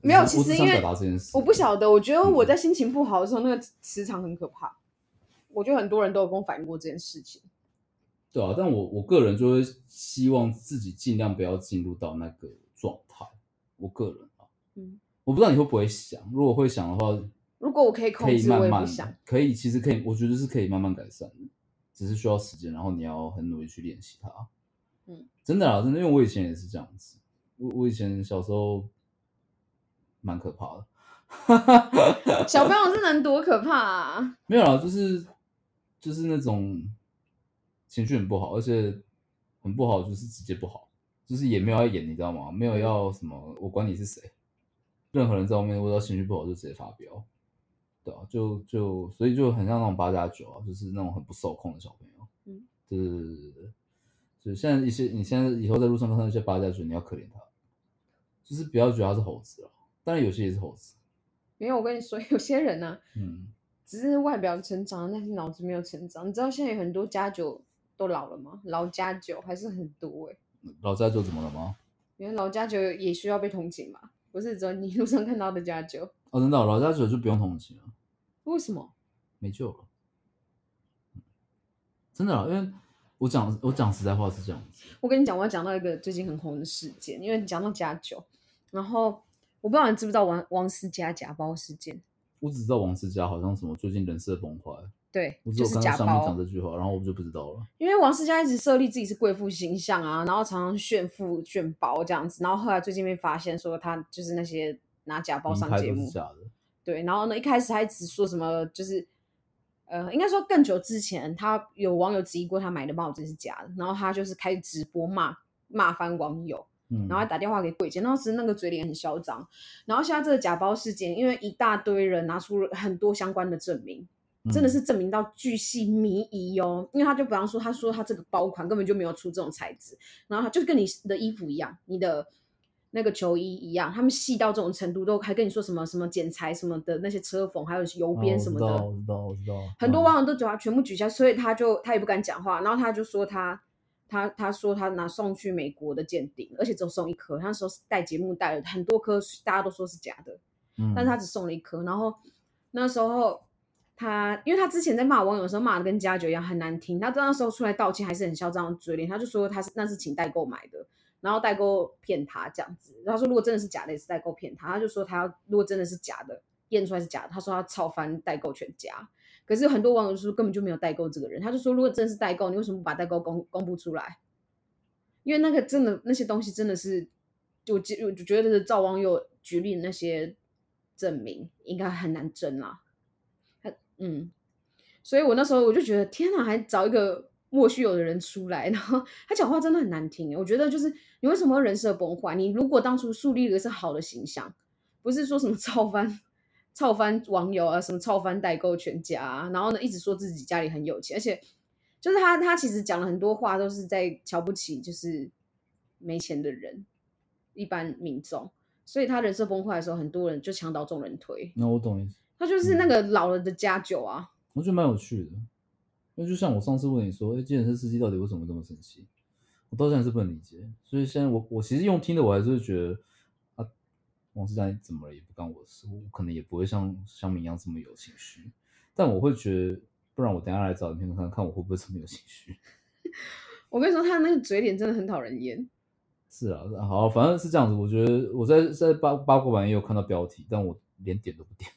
Speaker 1: 没有
Speaker 2: 我
Speaker 1: 其
Speaker 2: 我
Speaker 1: 实
Speaker 2: 只
Speaker 1: 因
Speaker 2: 想
Speaker 1: 为
Speaker 2: 表达这件事，
Speaker 1: 我不晓得，我觉得我在
Speaker 2: 嗯
Speaker 1: 心情不好的时候，那个磁场很可怕。我觉得很多人都有跟我反映过这件事情。
Speaker 2: 对啊，但我我个人就会希望自己尽量不要进入到那个状态。我个人啊，
Speaker 1: 嗯，
Speaker 2: 我不知道你会不会想，如果会想的话，
Speaker 1: 如果我可以控
Speaker 2: 可以
Speaker 1: 制，我
Speaker 2: 慢
Speaker 1: 也不
Speaker 2: 慢
Speaker 1: 想。
Speaker 2: 可以，其实可以，我觉得是可以慢慢改善的，只是需要时间，然后你要很努力去练习它。
Speaker 1: 嗯，
Speaker 2: 真的啊，真的，因为我以前也是这样子，我我以前小时候蛮可怕的，
Speaker 1: 小朋友是能多可怕啊！
Speaker 2: 没有啦，就是就是那种情绪很不好，而且很不好，就是直接不好，就是也没有要演，你知道吗？没有要什么，我管你是谁，任何人在外面，我只要情绪不好就直接发飙，对啊，就就所以就很像那种八加九啊，就是那种很不受控的小朋友，
Speaker 1: 嗯，
Speaker 2: 对对对对对对，就现在一些你现在以后在路上看到一些八加九，你要可怜他，就是不要觉得他是猴子啊，当然有些也是猴子，
Speaker 1: 没有，我跟你说，有些人啊呢、
Speaker 2: 嗯，
Speaker 1: 只是外表成长，但是脑子没有成长。你知道现在有很多家酒都老了吗？老家酒还是很多哎、欸，
Speaker 2: 老家九怎么了吗？
Speaker 1: 因为老家酒也需要被同情吧？不是只有你路上看到的家酒，
Speaker 2: 哦，真的哦、老家九就不用同情了。啊
Speaker 1: 为什么？
Speaker 2: 没救了。嗯真的啦，啊因为我讲我讲实在话是这样子，
Speaker 1: 我跟你讲，我要讲到一个最近很红的事件，因为你讲到家酒，然后我不知道你知不知道王王思佳假包事件，
Speaker 2: 我只知道王思佳好像什么最近人设崩坏，
Speaker 1: 对
Speaker 2: 我，只
Speaker 1: 就
Speaker 2: 有
Speaker 1: 是
Speaker 2: 看
Speaker 1: 假
Speaker 2: 到上面讲
Speaker 1: 包
Speaker 2: 这。句话，然后我就不知道了。
Speaker 1: 因为王思佳一直设立自己是贵妇形象啊，然后常常炫富炫包这样子，然后后来最近被发现说她就是那些拿假包
Speaker 2: 名
Speaker 1: 上
Speaker 2: 牌
Speaker 1: 节
Speaker 2: 都
Speaker 1: 目
Speaker 2: 是，假的，
Speaker 1: 对，然后呢，一开始他一直说什么，就是呃，应该说更久之前，他有网友质疑过他买的帽子是假的，然后他就是开始直播骂骂翻网友，
Speaker 2: 嗯，
Speaker 1: 然后还打电话给柜姐，当时那个嘴脸很嚣张。然后现在这个假包事件，因为一大堆人拿出了很多相关的证明，真的
Speaker 2: 嗯
Speaker 1: 是证明到巨细靡遗哦。因为他就比方说，他说他这个包款根本就没有出这种材质，然后他就跟你的衣服一样，你的那个球衣一样，他们细到这种程度，都还跟你说什么什么剪裁什么的那些车缝，还有油
Speaker 2: 啊
Speaker 1: 边什么的。
Speaker 2: 我知道，我知道，我知道。
Speaker 1: 很多
Speaker 2: 嗯
Speaker 1: 网友都把他全部举下，所以他就他也不敢讲话，然后他就说他他他说他拿送去美国的鉴定，而且只有送一颗，他那时候是带节目带了很多颗，大家都说是假的，
Speaker 2: 嗯，
Speaker 1: 但是他只送了一颗，然后那时候。他，因为他之前在骂网友的时候骂的跟家酒一样很难听，他那时候出来道歉还是很嚣张的嘴脸，他就说他是那是请代购买的，然后代购骗他这样子，他说如果真的是假的也是代购骗他，他就说他要如果真的是假的验出来是假的，他说他操翻代购全家，可是有很多网友就说根本就没有代购这个人，他就说如果真的是代购，你为什么不把代购公公布出来？因为那个真的那些东西真的是，就我记我就觉得是赵网友举例的那些证明应该很难争啦。他嗯，所以我那时候我就觉得天哪，还找一个莫须有的人出来，然后他讲话真的很难听。欸我觉得就是你为什么会人设崩坏？你如果当初树立了一个是好的形象，不是说什么操翻、操翻网友啊，什么操翻代购全家、啊，然后呢一直说自己家里很有钱，而且就是他他其实讲了很多话都是在瞧不起就是没钱的人，一般民众，所以他人设崩坏的时候，很多人就墙倒众人推，
Speaker 2: 那我懂意思，
Speaker 1: 他就是
Speaker 2: 嗯
Speaker 1: 那个老了的家酒啊，
Speaker 2: 我觉得蛮有趣的。因为就像我上次问你说，哎，计程车司机到底为什么这么生气？我到现在还是不能理解。所以现在我我其实用听的，我还是会觉得啊，王思佳你怎么了也不干我的事，我可能也不会像香明一样这么有情绪，但我会觉得，不然我等一下来找你看看看我会不会这么有情绪。
Speaker 1: 我跟你说他那个嘴脸真的很讨人厌。
Speaker 2: 是啊，好，反正是这样子。我觉得我在在八八卦版也有看到标题，但我连点都 不点，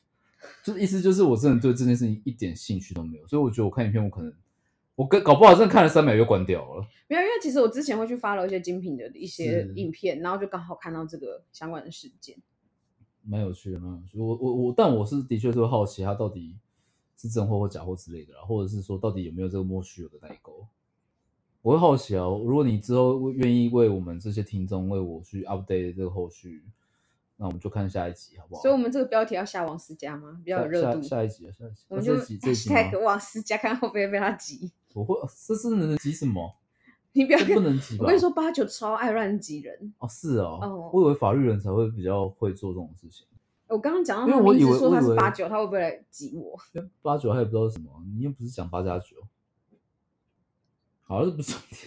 Speaker 2: 就是意思就是我真的对这件事情一点兴趣都没有，所以我觉得我看影片我可能我我跟搞不好真的看了三秒就关掉了。
Speaker 1: 没有，因为其实我之前会去 follow 一些精品的一些
Speaker 2: 是
Speaker 1: 影片，然后就刚好看到这个相关的事件。
Speaker 2: 蛮有趣的，蛮有趣的。我我我，但我是的确是会好奇它到底是真货或假货之类的啦，或者是说到底有没有这个莫须有的代沟。我会好奇啊，如果你之后愿意为我们这些听众为我去 update 这个后续，那我们就看下一集好不好？
Speaker 1: 所以，我们这个标题要下王思佳吗？比
Speaker 2: 比
Speaker 1: 较有热度。
Speaker 2: 下下一集啊，下一集，
Speaker 1: 我们
Speaker 2: 那
Speaker 1: 就
Speaker 2: 这一集这一集吗
Speaker 1: hashtag 王思佳，看会不会被他急。
Speaker 2: 我会这是能急 什么？
Speaker 1: 你不要
Speaker 2: 这
Speaker 1: 跟
Speaker 2: 不能急吧？
Speaker 1: 我跟你说，八九超爱乱挤人。
Speaker 2: 哦，是哦，
Speaker 1: 哦
Speaker 2: 我以为法律人才会比较会做这种事情。
Speaker 1: 我刚刚讲
Speaker 2: 因
Speaker 1: 到
Speaker 2: 为
Speaker 1: 他
Speaker 2: 我
Speaker 1: 名
Speaker 2: 以为
Speaker 1: 字说
Speaker 2: 我
Speaker 1: 他
Speaker 2: 以
Speaker 1: 是
Speaker 2: 为
Speaker 1: 八九，他会不会来挤我？
Speaker 2: 八九还也不知道是什么，你又不是讲八加九，好，这不是重点。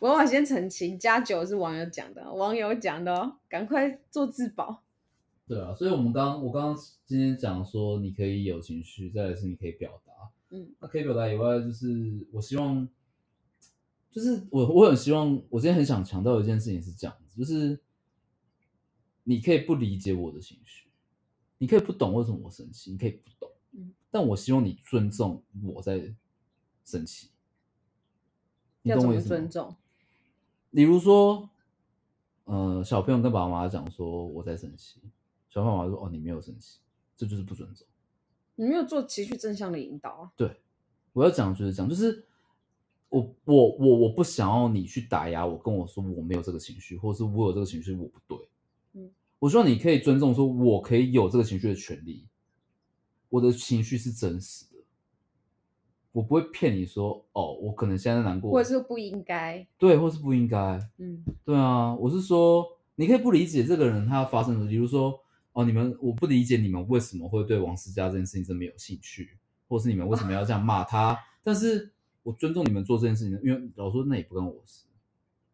Speaker 1: 我要先澄清，加九是网友讲的，网友讲的哦，赶快做自保。
Speaker 2: 对啊，所以我们刚我刚刚今天讲说，你可以有情绪，再来是你可以表达，
Speaker 1: 嗯，
Speaker 2: 那可以表达以外，就是我希望，就是我我很希望，我今天很想强调一件事情是这样子，就是你可以不理解我的情绪，你可以不懂为什么我生气，你可以不懂，
Speaker 1: 嗯，
Speaker 2: 但我希望你尊重我在生气，你
Speaker 1: 要
Speaker 2: 懂
Speaker 1: 怎
Speaker 2: 我意
Speaker 1: 么
Speaker 2: 思吗
Speaker 1: 尊？重？
Speaker 2: 比如说，呃，小朋友跟爸爸妈妈讲说我在生气，小朋友妈妈说哦你没有生气，这就是不尊重。
Speaker 1: 你没有做情绪正向的引导啊。
Speaker 2: 我要讲的就是讲，就是我我我我不想要你去打压我，跟我说我没有这个情绪，或者是我有这个情绪我不对。
Speaker 1: 嗯，
Speaker 2: 我希望你可以尊重说我可以有这个情绪的权利，我的情绪是真实的。我不会骗你说，哦，我可能现在难过，
Speaker 1: 或者是不应该，
Speaker 2: 对，或是不应该，
Speaker 1: 嗯，
Speaker 2: 对啊，我是说，你可以不理解这个人他发生的，比如说，哦，你们我不理解你们为什么会对王思佳这件事情这么有兴趣，或是你们为什么要这样骂他，但是我尊重你们做这件事情，因为老实说那也不关我的事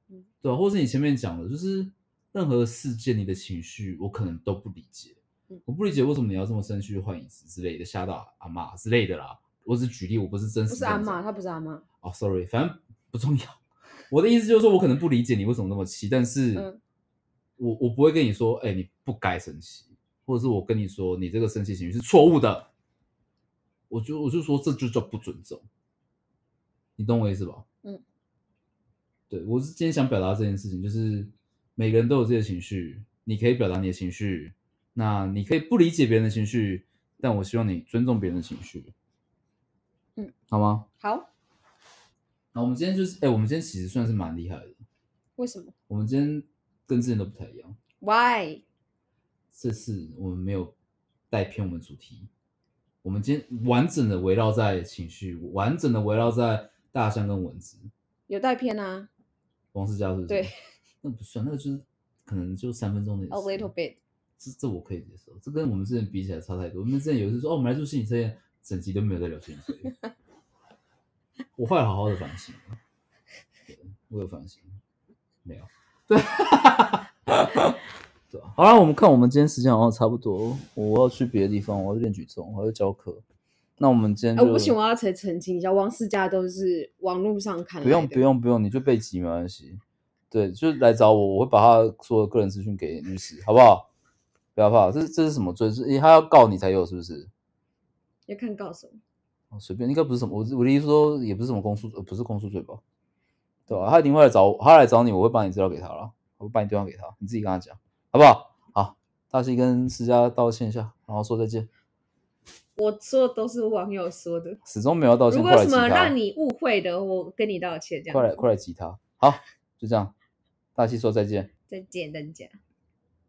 Speaker 1: 嗯，
Speaker 2: 对啊，或是你前面讲的，就是任何事件你的情绪我可能都不理解
Speaker 1: 嗯，
Speaker 2: 我不理解为什么你要这么生气换椅子之类的，吓到阿嬷之类的啦，我只是举例，我不是真实
Speaker 1: 不是
Speaker 2: 这
Speaker 1: 阿
Speaker 2: 样讲
Speaker 1: 妈，他不是阿妈，
Speaker 2: 哦，sorry，反正不重要。我的意思就是说，我可能不理解你为什么那么气，但是
Speaker 1: 嗯
Speaker 2: 我我不会跟你说，哎、你不该生气，或者是我跟你说，你这个生气情绪是错误的。我就我就说，这就叫不尊重，你懂我意思吧？
Speaker 1: 嗯，
Speaker 2: 对，我是今天想表达这件事情，就是每个人都有自己的情绪，你可以表达你的情绪，那你可以不理解别人的情绪，但我希望你尊重别人的情绪，
Speaker 1: 嗯，
Speaker 2: 好吗？
Speaker 1: 好，
Speaker 2: 那我们今天就是，哎、我们今天其实算是蛮厉害的。
Speaker 1: 为什么
Speaker 2: 我们今天跟之前都不太一样，
Speaker 1: ？Why？
Speaker 2: 这次我们没有带偏我们主题，我们今天完整的围绕在情绪，完整的围绕在大象跟蚊子，
Speaker 1: 有带偏啊
Speaker 2: 王思佳是不是？
Speaker 1: 对，哦
Speaker 2: 那不算，那个就是可能就三分钟的。
Speaker 1: ，a little bit。
Speaker 2: 这这我可以接受，这跟我们之前比起来差太多。我们之前有一次说，哦，我们来做心理测验，整集都没有在聊心理测验。 我后来好好的反省了，对我有反省，没有， 对，对啊。好了，我们看我们今天时间好像差不多，我要去别的地方，我要练举重，我要教课。那我们今天
Speaker 1: 哎，
Speaker 2: 就、
Speaker 1: 我不行，我要澄澄清一下，王思佳都是网络上看来
Speaker 3: 不
Speaker 1: 的，
Speaker 3: 用不用不用，你就背急没关系。对，就是来找我，我会把他所有个人资讯给律师，好不好？不要怕，这这是什么罪？是他要告你才有，是不是？
Speaker 1: 要看告诉我。
Speaker 3: 哦随便，应该不是什么，我我的意思说也不是什么公诉，呃不是公诉罪吧？对吧、他一定会来找我，他来找你，我会把你资料给他了，我会把你电话给他，你自己跟他讲，好不好？好，大西跟思佳道歉一下，然后说再见，
Speaker 1: 我说的都是网友说的，
Speaker 3: 始终没有道歉，
Speaker 1: 如果
Speaker 3: 快来
Speaker 1: 有什
Speaker 3: 吉
Speaker 1: 么
Speaker 3: 他
Speaker 1: 让，你误会的，我跟你道歉。这样子，
Speaker 3: 快来快来吉他，好，就这样，大西说再见。
Speaker 1: 再见，大家。